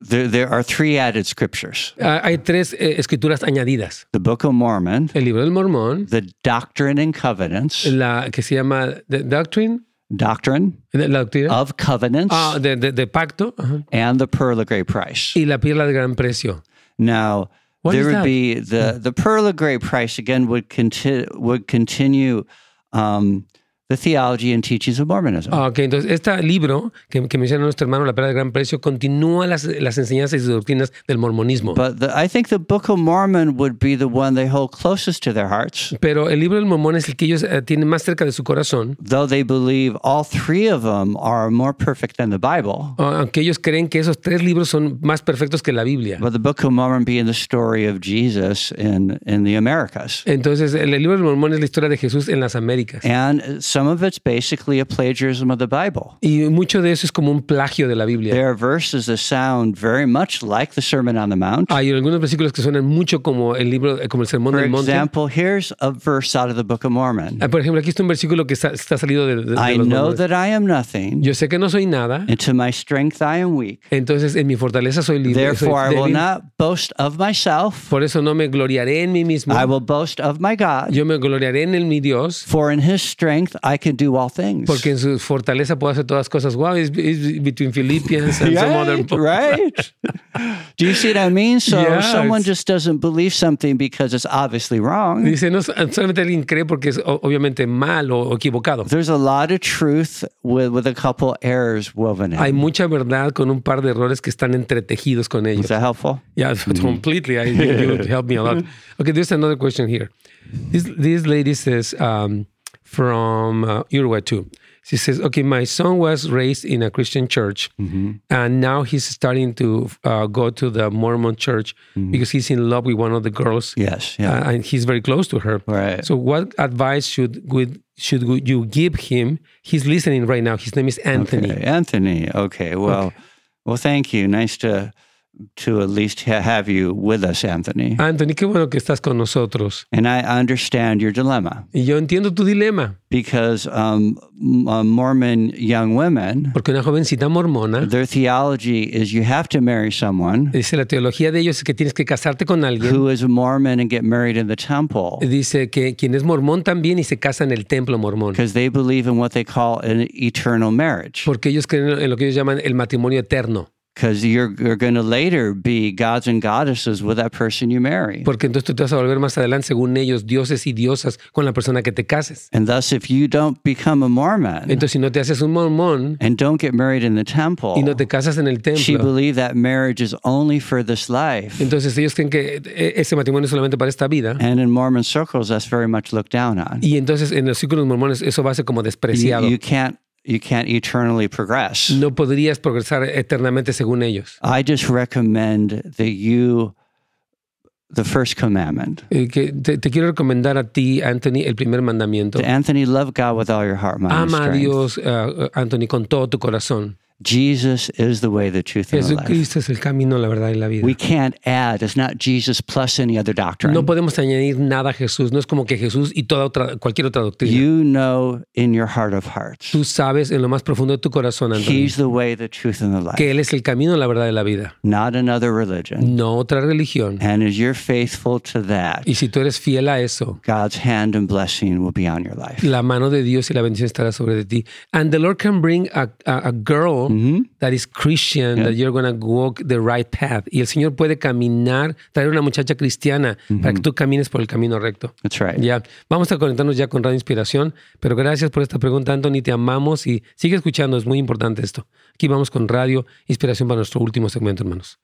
Speaker 4: there, there are three added scriptures
Speaker 3: Ah, hay tres eh, escrituras añadidas.
Speaker 4: the Book of Mormon,
Speaker 3: El libro del Mormón,
Speaker 4: the Doctrine and Covenants,
Speaker 3: la que se llama The Doctrine,
Speaker 4: Doctrine
Speaker 3: de- la doctrina
Speaker 4: of Covenants,
Speaker 3: ah, de, de- de pacto ajá.
Speaker 4: and the Pearl of Great Price.
Speaker 3: y la Perla de Gran Precio.
Speaker 4: Now,
Speaker 3: What
Speaker 4: there
Speaker 3: is
Speaker 4: would
Speaker 3: that? Hmm.
Speaker 4: be the, the Pearl of Great Price again would, conti- would continue um, the theology and teachings of Mormonism.
Speaker 3: Ah, ok, entonces este libro que, que menciona nuestro hermano, La Perla de Gran Precio, continúa las, las enseñanzas y doctrinas del mormonismo.
Speaker 4: but the, I think the Book of Mormon would be the one they hold closest to their hearts,
Speaker 3: Pero el libro del mormón es el que ellos eh, tienen más cerca de su corazón,
Speaker 4: though they believe all three of them are more perfect than the Bible.
Speaker 3: ah, aunque ellos creen que esos tres libros son más perfectos que la Biblia.
Speaker 4: But the Book of Mormon being the story of Jesus in, in the Americas.
Speaker 3: Entonces, el el libro del Mormón es la historia de Jesús en las Américas.
Speaker 4: And some of it's basically a plagiarism of the Bible.
Speaker 3: Y mucho de eso es como un plagio de la Biblia.
Speaker 4: There are verses that sound very much like the Sermon on the Mount.
Speaker 3: Hay algunos versículos que suenan mucho como el libro, eh, como el Sermón
Speaker 4: For
Speaker 3: del Monte.
Speaker 4: example, here's a verse out of the Book of Mormon
Speaker 3: Ah, Por ejemplo, aquí está un versículo que sa- está salido de, de- de los
Speaker 4: I know
Speaker 3: mormones.
Speaker 4: that I am nothing,
Speaker 3: Yo sé que no soy nada,
Speaker 4: and to my strength I am weak.
Speaker 3: entonces en mi fortaleza soy libre. soy
Speaker 4: Therefore, I will
Speaker 3: débil.
Speaker 4: not boast of myself,
Speaker 3: Por eso no me gloriaré en mí mismo.
Speaker 4: I will boast of my God,
Speaker 3: Yo me gloriaré en el, mi Dios,
Speaker 4: for in his strength I can do all things.
Speaker 3: porque en su fortaleza puedo hacer todas cosas. Wow, it's, it's between Philippians and some other
Speaker 4: [LAUGHS] right,
Speaker 3: book.
Speaker 4: right.
Speaker 3: [LAUGHS]
Speaker 4: Do you see what I mean? So
Speaker 3: Yeah,
Speaker 4: someone
Speaker 3: it's-
Speaker 4: just doesn't believe something because it's obviously wrong.
Speaker 3: Dice, no, solamente alguien cree porque es o- obviamente mal o o equivocado.
Speaker 4: There's a lot of truth with, with a couple errors woven in.
Speaker 3: Hay mucha verdad con un par de errores que están entretejidos con
Speaker 4: Is
Speaker 3: ellos.
Speaker 4: that helpful? [LAUGHS]
Speaker 3: Yeah, completely. I, you would help me a lot. Okay, there's another question here. This this lady says um, from uh, Uruguay too. She says, "Okay, my son was raised in a Christian church,
Speaker 4: Mm-hmm.
Speaker 3: and now he's starting to uh, go to the Mormon church because he's in love with one of the girls,
Speaker 4: Yes. Mm-hmm. Yeah.
Speaker 3: uh, and he's very close to her.
Speaker 4: Right.
Speaker 3: So, what advice should would, should you give him? He's listening right now. His name is Anthony.
Speaker 4: Okay, Anthony. Okay. Well, well, thank you. Nice to to at least ha- have you with us, Anthony.
Speaker 3: [LAUGHS] Anthony, qué bueno que estás con nosotros.
Speaker 4: And I understand your dilemma
Speaker 3: Y yo entiendo tu dilema,
Speaker 4: because um, m- uh, Mormon young women,
Speaker 3: porque una jovencita mormona,
Speaker 4: their theology is you have to marry someone
Speaker 3: dice la teología de ellos es que tienes que casarte con alguien.
Speaker 4: who is a Mormon and get married in the temple
Speaker 3: Dice que quien es mormón también y se casa en el templo mormón,
Speaker 4: because they believe in what they call an eternal marriage.
Speaker 3: porque ellos creen en lo que ellos llaman el matrimonio eterno,
Speaker 4: Because you're, you're going to later be gods and goddesses with that person you marry.
Speaker 3: porque entonces tú te vas a volver más adelante, según ellos, dioses y diosas con la persona que te cases.
Speaker 4: And thus, if you don't become a Mormon
Speaker 3: Entonces, si no te haces un mormón
Speaker 4: and don't get married in the temple,
Speaker 3: y no te casas en el
Speaker 4: she
Speaker 3: templo,
Speaker 4: believed that marriage is only for this life.
Speaker 3: entonces ellos creen que eh, ese matrimonio es solamente para esta vida.
Speaker 4: And in Mormon circles, that's very much looked down on.
Speaker 3: Y entonces en los círculos mormones eso va a ser como
Speaker 4: You,
Speaker 3: despreciado.
Speaker 4: you can't you can't eternally progress.
Speaker 3: No podrías progresar eternamente según ellos.
Speaker 4: I just recommend that you, the first commandment,
Speaker 3: Eh, que te, te quiero recomendar a ti, Anthony, el primer mandamiento.
Speaker 4: that Anthony, love God with all your heart, mind, and
Speaker 3: Ama a
Speaker 4: strength.
Speaker 3: Dios, eh, Anthony, con todo tu corazón.
Speaker 4: Jesus is the way, the truth, and the life.
Speaker 3: Jesucristo es el camino, la verdad y la vida.
Speaker 4: We can't add. It's not Jesus plus any other doctrine.
Speaker 3: No podemos añadir nada a Jesús. No es como que Jesús y toda otra, cualquier otra doctrina.
Speaker 4: You know in your heart of hearts,
Speaker 3: Tú sabes en lo más profundo de tu corazón, Anthony,
Speaker 4: He's the way, the truth, and the life.
Speaker 3: que Él es el camino, la verdad y la vida.
Speaker 4: Not another religion.
Speaker 3: No otra religión.
Speaker 4: And as you're faithful to that,
Speaker 3: Y si tú eres fiel a eso,
Speaker 4: God's hand and blessing will be on your life.
Speaker 3: la mano de Dios y la bendición estará sobre de ti. And the Lord can bring a, a, a girl Bible that is Christian, that you're going to walk the right path. Y el Señor puede caminar, traer una muchacha cristiana para que tú camines por el camino recto.
Speaker 4: That's right.
Speaker 3: Ya, vamos a conectarnos ya con Radio Inspiración, pero gracias por esta pregunta, Anthony, te amamos y sigue escuchando, es muy importante esto. Aquí vamos con Radio Inspiración para nuestro último segmento, hermanos.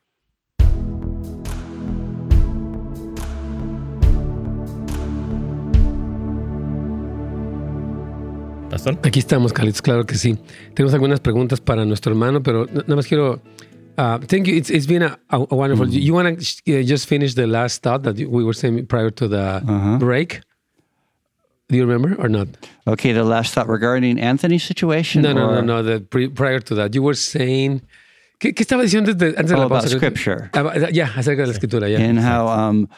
Speaker 2: Pastor.
Speaker 3: Aquí estamos, Carlitos, claro que sí. Tenemos algunas preguntas para nuestro hermano, pero n- nada más quiero... Uh, thank you. It's, it's been a, a- a wonderful.
Speaker 4: Mm.
Speaker 3: You want to just finish the last thought that you- we were saying prior to the
Speaker 4: Uh-huh.
Speaker 3: break? Do you remember or not?
Speaker 4: Okay, the last thought regarding Anthony's situation.
Speaker 3: No, no, no,
Speaker 4: or-
Speaker 3: no. The pre- prior to that, you were saying. ¿Qué, qué estaba diciendo antes de, antes de
Speaker 4: Oh,
Speaker 3: la
Speaker 4: about
Speaker 3: pausa?
Speaker 4: scripture
Speaker 3: Ah, Ya, acerca de la escritura, ya.
Speaker 4: and how um,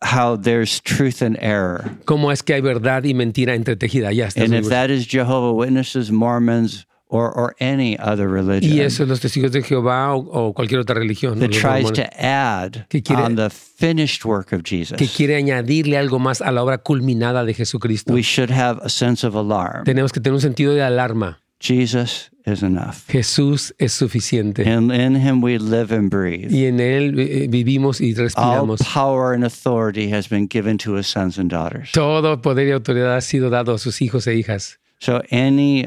Speaker 4: how there's truth and error,
Speaker 3: ¿Cómo es que hay verdad y mentira entretejida? Ya, estás
Speaker 4: and
Speaker 3: muy
Speaker 4: if
Speaker 3: bueno.
Speaker 4: that is Jehovah Witnesses, Mormons, or or any other religion
Speaker 3: Y eso es los testigos de Jehová o, o cualquier otra religión. ¿no?
Speaker 4: that
Speaker 3: Los
Speaker 4: tries
Speaker 3: mormones.
Speaker 4: to add
Speaker 3: Que quiere-
Speaker 4: on the finished work of Jesus,
Speaker 3: que quiere añadirle algo más a la obra culminada de Jesucristo.
Speaker 4: we should have a sense of alarm.
Speaker 3: Tenemos que tener un sentido de alarma.
Speaker 4: Jesus is enough,
Speaker 3: Jesús es suficiente.
Speaker 4: and in Him we live and breathe.
Speaker 3: Y en Él eh, vivimos y
Speaker 4: All
Speaker 3: respiramos.
Speaker 4: power and authority has been given to His sons and daughters.
Speaker 3: Todo poder y autoridad ha sido dado a sus hijos e hijas.
Speaker 4: So any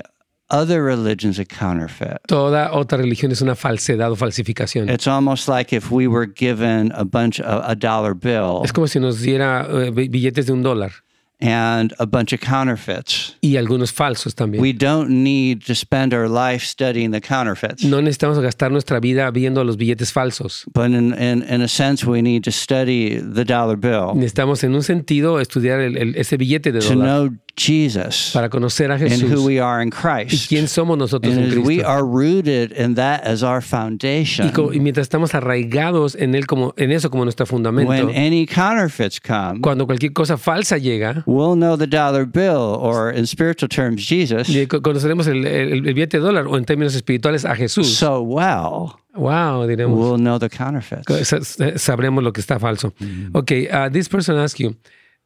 Speaker 4: other religion's a counterfeit.
Speaker 3: Toda otra religión es una falsedad o falsificación.
Speaker 4: It's almost like if we were given a bunch of a dollar bill
Speaker 3: Es como si nos diera eh, bi- billetes de un dólar
Speaker 4: and a bunch of counterfeits.
Speaker 3: y algunos falsos también.
Speaker 4: We don't need to spend our life studying the counterfeits.
Speaker 3: no necesitamos gastar nuestra vida viendo los billetes falsos.
Speaker 4: But in, in, in a sense, we need to study the dollar bill
Speaker 3: Necesitamos en un sentido estudiar el- el- ese billete de
Speaker 4: to
Speaker 3: dólar
Speaker 4: know Jesus
Speaker 3: para conocer a
Speaker 4: and who
Speaker 3: Jesús
Speaker 4: we are in
Speaker 3: y
Speaker 4: Christ.
Speaker 3: quién somos nosotros
Speaker 4: And
Speaker 3: en
Speaker 4: as we
Speaker 3: Cristo.
Speaker 4: are rooted in that as our
Speaker 3: Y,
Speaker 4: foundation,
Speaker 3: co- y mientras estamos arraigados en él como en eso como nuestro fundamento,
Speaker 4: when any counterfeits come,
Speaker 3: cuando cualquier cosa falsa llega,
Speaker 4: we'll know the dollar bill, or in spiritual terms, Jesus,
Speaker 3: le- co- conoceremos el, el- el billete de dólar o en términos espirituales a Jesús.
Speaker 4: so well,
Speaker 3: wow, diremos.
Speaker 4: we'll know the counterfeits.
Speaker 3: Sa- sa- sabremos lo que está falso. Okay, uh, this person asked you,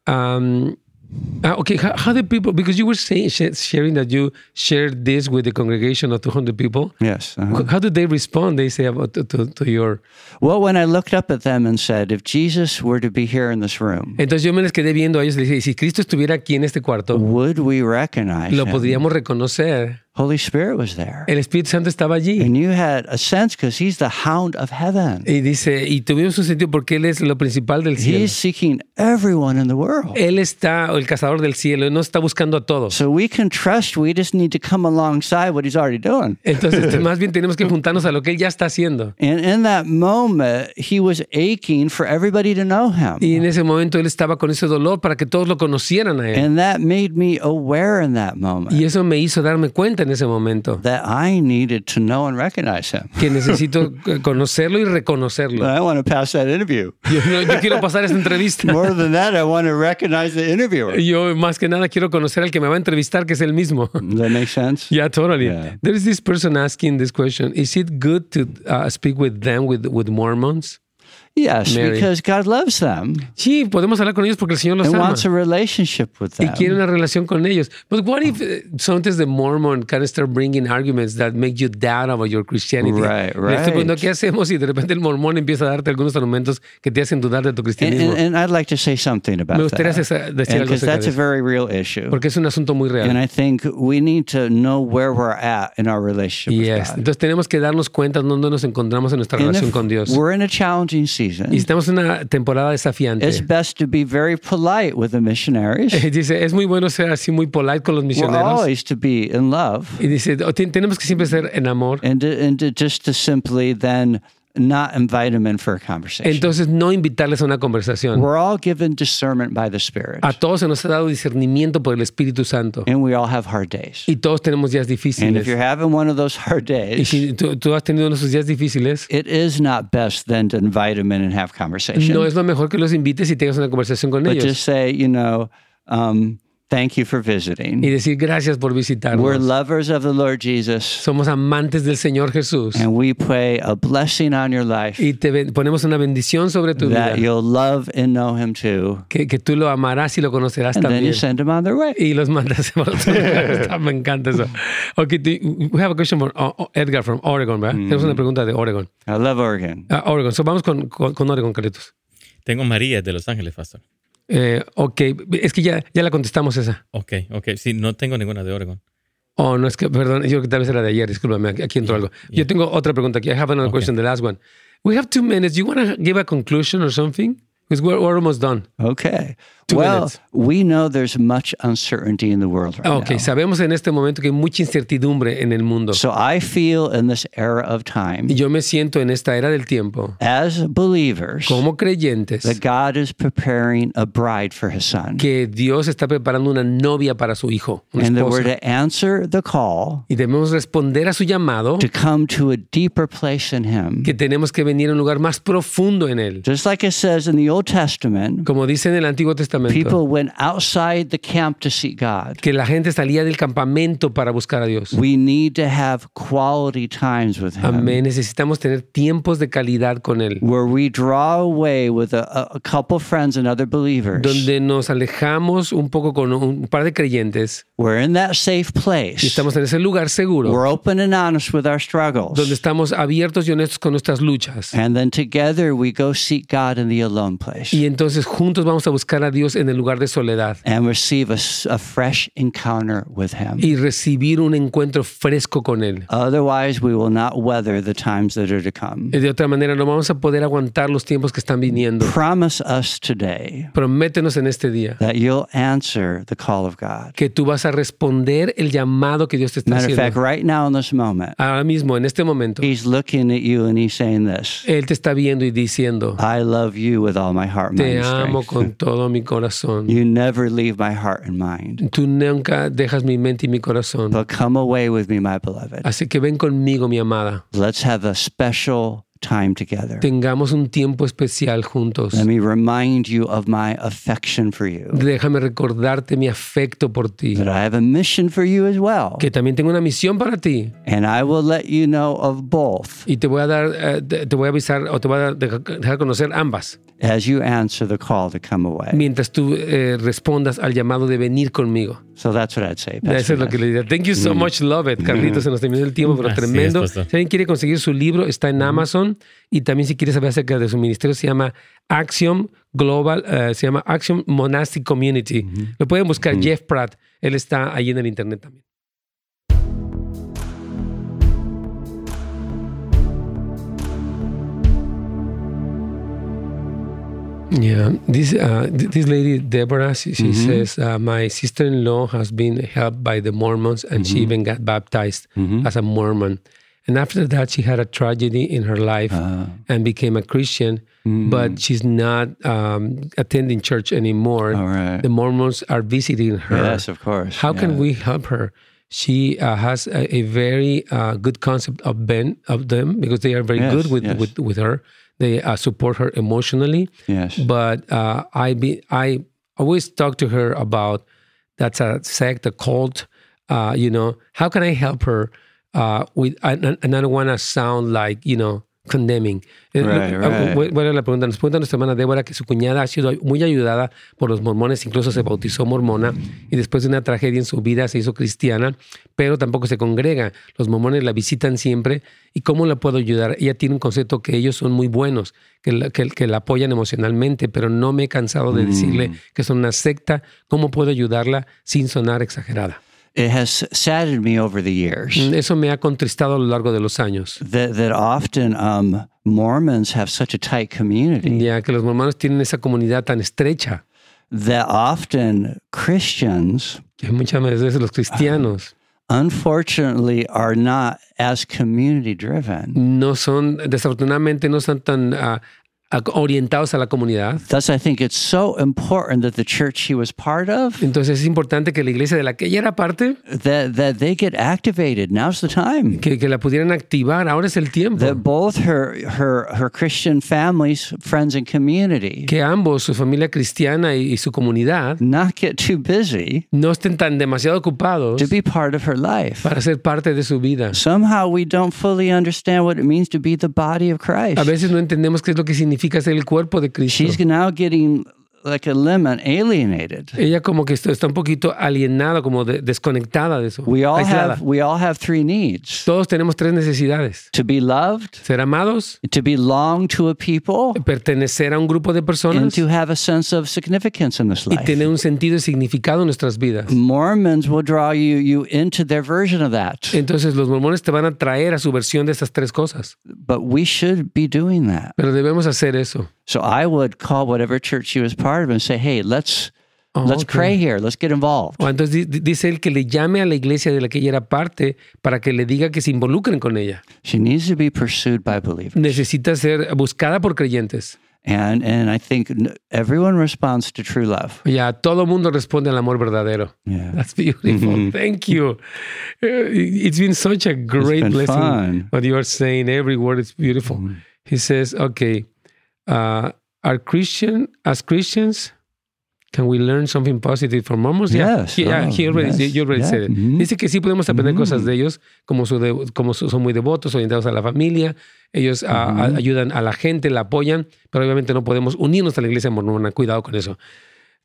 Speaker 3: um, uh, okay, how, how do people? Because you were saying sh- sharing that you shared this with the congregation of 200 people.
Speaker 4: Yes. uh-huh.
Speaker 3: How did they respond? They say about to, to- to your.
Speaker 4: Well, when I looked up at them and said, if Jesus were to be here in this room,
Speaker 3: Entonces yo me les quedé viendo a ellos y les dije, si Cristo estuviera aquí en este cuarto,
Speaker 4: would we recognize
Speaker 3: lo eh,
Speaker 4: him?
Speaker 3: podríamos reconocer.
Speaker 4: Holy Spirit was there.
Speaker 3: El Espíritu Santo estaba allí.
Speaker 4: And you had a sense because he's the hound of heaven.
Speaker 3: Y dice, y tuvimos un sentido porque Él es lo principal del cielo.
Speaker 4: He's seeking everyone in the world.
Speaker 3: Él está, o el cazador del cielo, Él no está buscando a todos.
Speaker 4: So we can trust, we just need to come alongside what he's already doing.
Speaker 3: Entonces, más bien tenemos que juntarnos a lo que Él ya está haciendo.
Speaker 4: And in that moment, he was aching for everybody to know him.
Speaker 3: Y en ese momento él estaba con ese dolor para que todos lo conocieran a él.
Speaker 4: And that made me aware in that moment
Speaker 3: Y eso me hizo darme cuenta en ese momento
Speaker 4: that I needed to know and recognize him.
Speaker 3: que necesito eh, conocerlo y reconocerlo.
Speaker 4: But I want to pass that interview.
Speaker 3: Yo, yo- yo quiero pasar esta
Speaker 4: [LAUGHS]
Speaker 3: entrevista.
Speaker 4: More than that, I want to recognize the interviewer.
Speaker 3: Yo más que nada quiero conocer al que me va a entrevistar, que es él mismo.
Speaker 4: Does that make sense?
Speaker 3: Yeah, totally.
Speaker 4: Yeah.
Speaker 3: There is this person asking this question. Is it good to uh, speak with them, with, with Mormons?
Speaker 4: Yes,
Speaker 3: Mary.
Speaker 4: because God loves them
Speaker 3: Sí, podemos hablar con ellos porque el Señor los
Speaker 4: and
Speaker 3: ama.
Speaker 4: wants a relationship with
Speaker 3: Y
Speaker 4: them.
Speaker 3: quiere una relación con ellos. But what if eh, sometimes the Mormon can start bringing arguments that make you doubt about your Christianity?
Speaker 4: Right,
Speaker 3: Le estoy preguntando,
Speaker 4: right.
Speaker 3: ¿qué hacemos? Y de repente el mormón empieza a darte algunos argumentos que te hacen dudar de tu
Speaker 4: And,
Speaker 3: cristianismo.
Speaker 4: and, and I'd like to say something about
Speaker 3: Me gustaría
Speaker 4: that.
Speaker 3: cesa- decir algo
Speaker 4: Because
Speaker 3: acerca
Speaker 4: that's
Speaker 3: de
Speaker 4: a
Speaker 3: eso,
Speaker 4: very real issue.
Speaker 3: porque es un asunto muy
Speaker 4: And
Speaker 3: real.
Speaker 4: I think we need to know where we're at in our relationship
Speaker 3: Yes.
Speaker 4: with God.
Speaker 3: Entonces tenemos que darnos cuenta dónde nos encontramos en nuestra
Speaker 4: And
Speaker 3: relación
Speaker 4: if
Speaker 3: con Dios.
Speaker 4: we're in a challenging
Speaker 3: Y
Speaker 4: season.
Speaker 3: estamos en una temporada desafiante.
Speaker 4: It's best to be very polite with the missionaries.
Speaker 3: Eh, [LAUGHS] Dice, es muy bueno ser así muy polite con los
Speaker 4: We're
Speaker 3: misioneros.
Speaker 4: always to be in love
Speaker 3: Y dice, "Oh, ten- tenemos que siempre ser en amor.
Speaker 4: and, to, and to just to simply then not invite them in for a conversation.
Speaker 3: Entonces no invitarles a una conversación.
Speaker 4: We're all given discernment by the Spirit,
Speaker 3: A todos se nos ha dado discernimiento por el Espíritu Santo.
Speaker 4: and we all have hard days.
Speaker 3: Y todos tenemos días
Speaker 4: And if
Speaker 3: difíciles.
Speaker 4: you're having one of those hard
Speaker 3: Y
Speaker 4: days,
Speaker 3: si tú, tú has tenido unos días difíciles,
Speaker 4: it is not best then to invite them in and have conversation.
Speaker 3: no es lo mejor que los invites y tengas una conversación con
Speaker 4: but
Speaker 3: ellos.
Speaker 4: just say, you know, um, Thank you for
Speaker 3: y
Speaker 4: visiting.
Speaker 3: decir gracias por visitarnos.
Speaker 4: We're lovers of the Lord Jesus,
Speaker 3: Somos amantes del Señor Jesús
Speaker 4: and we pray a blessing on your life
Speaker 3: y te ben- ponemos una bendición sobre tu vida.
Speaker 4: that you'll love and know Him too.
Speaker 3: Que, que tú lo amarás y lo conocerás
Speaker 4: And then you
Speaker 3: también.
Speaker 4: send them on their way.
Speaker 3: Y los mandas por otro lugar. [LAUGHS] Está- Me encanta eso. Okay, do you- we have a question from uh, uh, Edgar from Oregon, ¿verdad? Tenemos una pregunta de Oregon.
Speaker 4: I love Oregon.
Speaker 3: Ah, Oregon. So, vamos con, con, con Oregon, Carlitos.
Speaker 2: Tengo María de Los Ángeles, Pastor.
Speaker 3: Eh, ok, es que ya, ya la contestamos esa.
Speaker 2: Ok, ok. Sí, no tengo ninguna de Oregon.
Speaker 3: Oh, no, es que, perdón, yo creo que tal vez era de ayer, discúlpame, aquí aquí entró algo. Yo tengo otra pregunta aquí. I have another
Speaker 2: Ok.
Speaker 3: question, the last one. We have two minutes. Do you want to give a conclusion or something? Because we're, we're almost done.
Speaker 4: Okay.
Speaker 3: Two
Speaker 4: well,
Speaker 3: minutes.
Speaker 4: we know there's much uncertainty in the world right
Speaker 3: Ah, ok,
Speaker 4: now.
Speaker 3: sabemos en este momento que hay mucha incertidumbre en el mundo.
Speaker 4: So I feel in this era of time,
Speaker 3: Y yo me siento en esta era del tiempo,
Speaker 4: as believers,
Speaker 3: como creyentes,
Speaker 4: that God is preparing a bride for his son.
Speaker 3: que Dios está preparando una novia para su hijo, una
Speaker 4: And that we're
Speaker 3: esposa.
Speaker 4: to answer the call
Speaker 3: Y debemos responder a su llamado,
Speaker 4: to come to a deeper place in him.
Speaker 3: que tenemos que venir a un lugar más profundo en él.
Speaker 4: Just like it says in the Old Testament,
Speaker 3: Como dice en el Antiguo Testamento.
Speaker 4: people went outside the camp to seek God.
Speaker 3: que la gente salía del campamento para buscar a Dios.
Speaker 4: We need to have quality times with him.
Speaker 3: Amén. Necesitamos tener tiempos de calidad con Él,
Speaker 4: Where we draw away with a, a- a couple friends and other believers.
Speaker 3: donde nos alejamos un poco con un par de creyentes
Speaker 4: We're in that safe
Speaker 3: y
Speaker 4: place.
Speaker 3: estamos en ese lugar seguro,
Speaker 4: We're open and honest with our struggles.
Speaker 3: donde estamos abiertos y honestos con nuestras luchas.
Speaker 4: And then together we go seek God in the alone place
Speaker 3: Y entonces juntos vamos a buscar a Dios en el lugar de soledad
Speaker 4: and receive a, s- a fresh encounter with Him.
Speaker 3: y recibir un encuentro fresco con Él.
Speaker 4: Otherwise, we will not weather the times that are to come.
Speaker 3: Eh, De otra manera, no vamos a poder aguantar los tiempos que están viniendo.
Speaker 4: Promise us today
Speaker 3: Prométenos en este día
Speaker 4: that you'll answer the call of God.
Speaker 3: que tú vas a responder el llamado que Dios te está
Speaker 4: Matter of fact,
Speaker 3: haciendo.
Speaker 4: right now in this moment,
Speaker 3: Ahora mismo, en este momento.
Speaker 4: He's looking at you and He's saying this
Speaker 3: Él te está viendo y diciendo,
Speaker 4: I love you with all Ah, my heart, mind,
Speaker 3: te
Speaker 4: and
Speaker 3: amo
Speaker 4: strength. [LAUGHS]
Speaker 3: con todo mi corazón.
Speaker 4: You never leave my heart and mind,
Speaker 3: Tú nunca dejas mi mente y mi corazón.
Speaker 4: but come away with me, my beloved.
Speaker 3: Así que ven conmigo, mi amada.
Speaker 4: Let's have a special time together.
Speaker 3: Tengamos un tiempo especial juntos.
Speaker 4: Let me remind you of my affection for you,
Speaker 3: Déjame recordarte mi afecto por ti,
Speaker 4: that I have a mission for you as well.
Speaker 3: que también tengo una misión para ti
Speaker 4: And I will let you know of both
Speaker 3: y te voy a dar, eh, te te voy a avisar o te voy a dar- deja- dejar conocer ambas
Speaker 4: as you answer the call to come away.
Speaker 3: mientras tú eh, respondas al llamado de venir conmigo.
Speaker 4: So that's what I'd say.
Speaker 3: Eso
Speaker 4: Pastor
Speaker 3: es lo que
Speaker 4: Matt.
Speaker 3: le diría. Thank you so much, love it. Carlitos, se nos terminó el tiempo, pero
Speaker 2: Mm. Así es,
Speaker 3: tremendo. si
Speaker 2: pastor. Mm.
Speaker 3: alguien quiere conseguir su libro, está en Amazon. Y también si quiere saber acerca de su ministerio, se llama Axiom Global, eh, se llama Axiom Monastic Community.
Speaker 2: Mm-hmm.
Speaker 3: Lo pueden buscar Jeff Pratt. Él está ahí en el internet también. Yeah, this uh, th- this lady Deborah, she, she
Speaker 4: Mm-hmm.
Speaker 3: says uh, my sister-in-law has been helped by the Mormons, and she
Speaker 4: Mm-hmm.
Speaker 3: even got baptized as a Mormon. And after that, she had a tragedy in her life
Speaker 4: Ah.
Speaker 3: and became a Christian,
Speaker 4: Mm.
Speaker 3: but she's not um, attending church anymore.
Speaker 4: All right.
Speaker 3: The Mormons are visiting her.
Speaker 4: Yes, of course.
Speaker 3: How
Speaker 4: Yeah.
Speaker 3: can we help her? She uh, has a, a very uh, good concept of Ben of them because they are very
Speaker 4: Yes,
Speaker 3: good with,
Speaker 4: yes.
Speaker 3: with with her. They uh, support her emotionally.
Speaker 4: Yes.
Speaker 3: But uh, I be I always talk to her about that's a sect, a cult. Uh, you know, how can I help her? Uh, with and, and- and I don't want to sound like you know condemning. Eh,
Speaker 4: Right,
Speaker 3: lo- ah,
Speaker 4: right.
Speaker 3: bu- Bueno, la pregunta nos pregunta nuestra hermana Débora que su cuñada ha sido muy ayudada por los mormones, incluso se bautizó mormona y después de una tragedia en su vida se hizo cristiana, pero tampoco se congrega. Los mormones la visitan siempre y cómo la puedo ayudar. Ella tiene un concepto que ellos son muy buenos, que la, que- que la apoyan emocionalmente, pero no me he cansado de decirle
Speaker 4: Mm.
Speaker 3: que son una secta. ¿Cómo puedo ayudarla sin sonar exagerada?
Speaker 4: It has saddened me over the years
Speaker 3: Eso me ha contristado a lo largo de los años.
Speaker 4: that, that often um, Mormons have such a tight community
Speaker 3: Ya que los mormones tienen esa comunidad tan estrecha,
Speaker 4: that often Christians,
Speaker 3: que muchas veces los cristianos
Speaker 4: unfortunately, are not as community driven.
Speaker 3: no son, desafortunadamente, no son tan ah, a- orientados a la comunidad.
Speaker 4: Thus, I think it's so important that the church he was part of
Speaker 3: Entonces es importante que la iglesia de la que ella era parte,
Speaker 4: that that they get activated. Now's the time.
Speaker 3: que, que la pudieran activar. Ahora es el tiempo.
Speaker 4: That both her her her Christian families, friends, and community
Speaker 3: Que ambos, su familia cristiana y, y su comunidad,
Speaker 4: not get too busy
Speaker 3: no estén tan demasiado ocupados
Speaker 4: to be part of her life.
Speaker 3: para ser parte de su vida.
Speaker 4: Somehow we don't fully understand what it means to be the body of Christ.
Speaker 3: A veces no entendemos qué es lo que significa ser el cuerpo de Cristo.
Speaker 4: She's now getting like a lemon alienated.
Speaker 3: Ella como que está está un poquito alienada, como de- desconectada de eso,
Speaker 4: We all
Speaker 3: aislada.
Speaker 4: have we all have three needs:
Speaker 3: Todos tenemos tres necesidades.
Speaker 4: to be loved,
Speaker 3: Ser amados,
Speaker 4: to belong to a people,
Speaker 3: [LAUGHS] pertenecer a un grupo de
Speaker 4: and
Speaker 3: personas
Speaker 4: to have a sense of significance in this
Speaker 3: y
Speaker 4: life.
Speaker 3: tener un sentido y significado en nuestras vidas.
Speaker 4: Mormons will draw you you into their version of that,
Speaker 3: Entonces los mormones te van a traer a su versión de estas tres cosas.
Speaker 4: but we should be doing that.
Speaker 3: Pero debemos hacer eso.
Speaker 4: So I would call whatever church she was part of and say, "Hey, let's
Speaker 3: Oh,
Speaker 4: let's
Speaker 3: ok.
Speaker 4: pray here. Let's get involved."
Speaker 3: O entonces di- di- dice él que le llame a la iglesia de la que ella era parte para que le diga que se involucren con ella.
Speaker 4: She needs to be pursued by believers,
Speaker 3: Necesita ser buscada por creyentes.
Speaker 4: and and I think n- everyone responds to true love.
Speaker 3: Ya todo mundo responde al amor verdadero.
Speaker 4: Yeah.
Speaker 3: That's beautiful. Thank you. Uh, It's been such a great
Speaker 4: been
Speaker 3: blessing.
Speaker 4: fun.
Speaker 3: What you are saying, every word is beautiful.
Speaker 4: Mm-hmm.
Speaker 3: He says, okay, uh, are Christian as Christians? Can we learn something positive from Mormons?
Speaker 4: Yes.
Speaker 3: Yeah, yeah, he
Speaker 4: Oh,
Speaker 3: already,
Speaker 4: yes.
Speaker 3: you already
Speaker 4: Yeah.
Speaker 3: said it.
Speaker 4: Mhm.
Speaker 3: Dice que sí podemos aprender cosas de ellos, como, su de- como su- son muy devotos, orientados a la familia, ellos ah, a-
Speaker 4: Mm-hmm.
Speaker 3: ayudan a la gente, la apoyan, pero obviamente no podemos unirnos a la iglesia mormona. Cuidado con eso.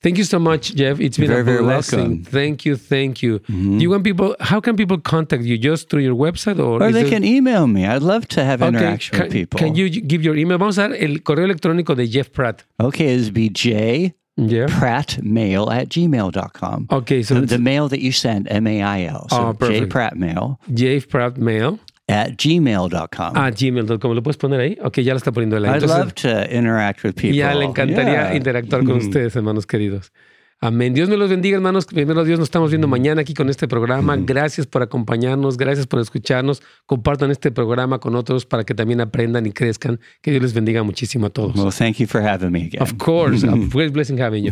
Speaker 3: Thank you so much, Jeff. It's been
Speaker 4: You're
Speaker 3: a
Speaker 4: very, very
Speaker 3: blessing.
Speaker 4: welcome. Mm-hmm.
Speaker 3: Thank you, thank you. Do you want people? How can people contact you? Just through your website or?
Speaker 4: Or
Speaker 3: is
Speaker 4: they
Speaker 3: there-
Speaker 4: can email me. I'd love to have
Speaker 3: Okay,
Speaker 4: interaction
Speaker 3: can,
Speaker 4: with people.
Speaker 3: Can you give your email? Vamos a dar el correo electrónico de Jeff Pratt.
Speaker 4: okay, it's be J
Speaker 3: Yeah.
Speaker 4: Pratt mail at gmail.com.
Speaker 3: Okay, so
Speaker 4: The, the
Speaker 3: it's
Speaker 4: mail that you send, M A I L.
Speaker 3: Oh,
Speaker 4: So J
Speaker 3: perfect.
Speaker 4: Pratt mail
Speaker 3: Jeff Pratt mail
Speaker 4: at gmail.com.
Speaker 3: a gmail.com. ¿Lo puedes poner ahí? Ok, ya lo está poniendo él. ahí.
Speaker 4: I'd
Speaker 3: Ah, Entonces,
Speaker 4: Oh. love to interact with people.
Speaker 3: Ya le encantaría
Speaker 4: Yeah. Mm.
Speaker 3: interactuar con ustedes, hermanos queridos. Amén. Dios me los bendiga, hermanos. Primero Dios, nos estamos
Speaker 4: Mm.
Speaker 3: viendo mañana aquí con este programa. Gracias por acompañarnos, gracias por escucharnos. Compartan este programa con otros para que también aprendan y crezcan. Que Dios les bendiga muchísimo a todos.
Speaker 4: Well, thank you for having me again.
Speaker 3: Of course, a great blessing having you.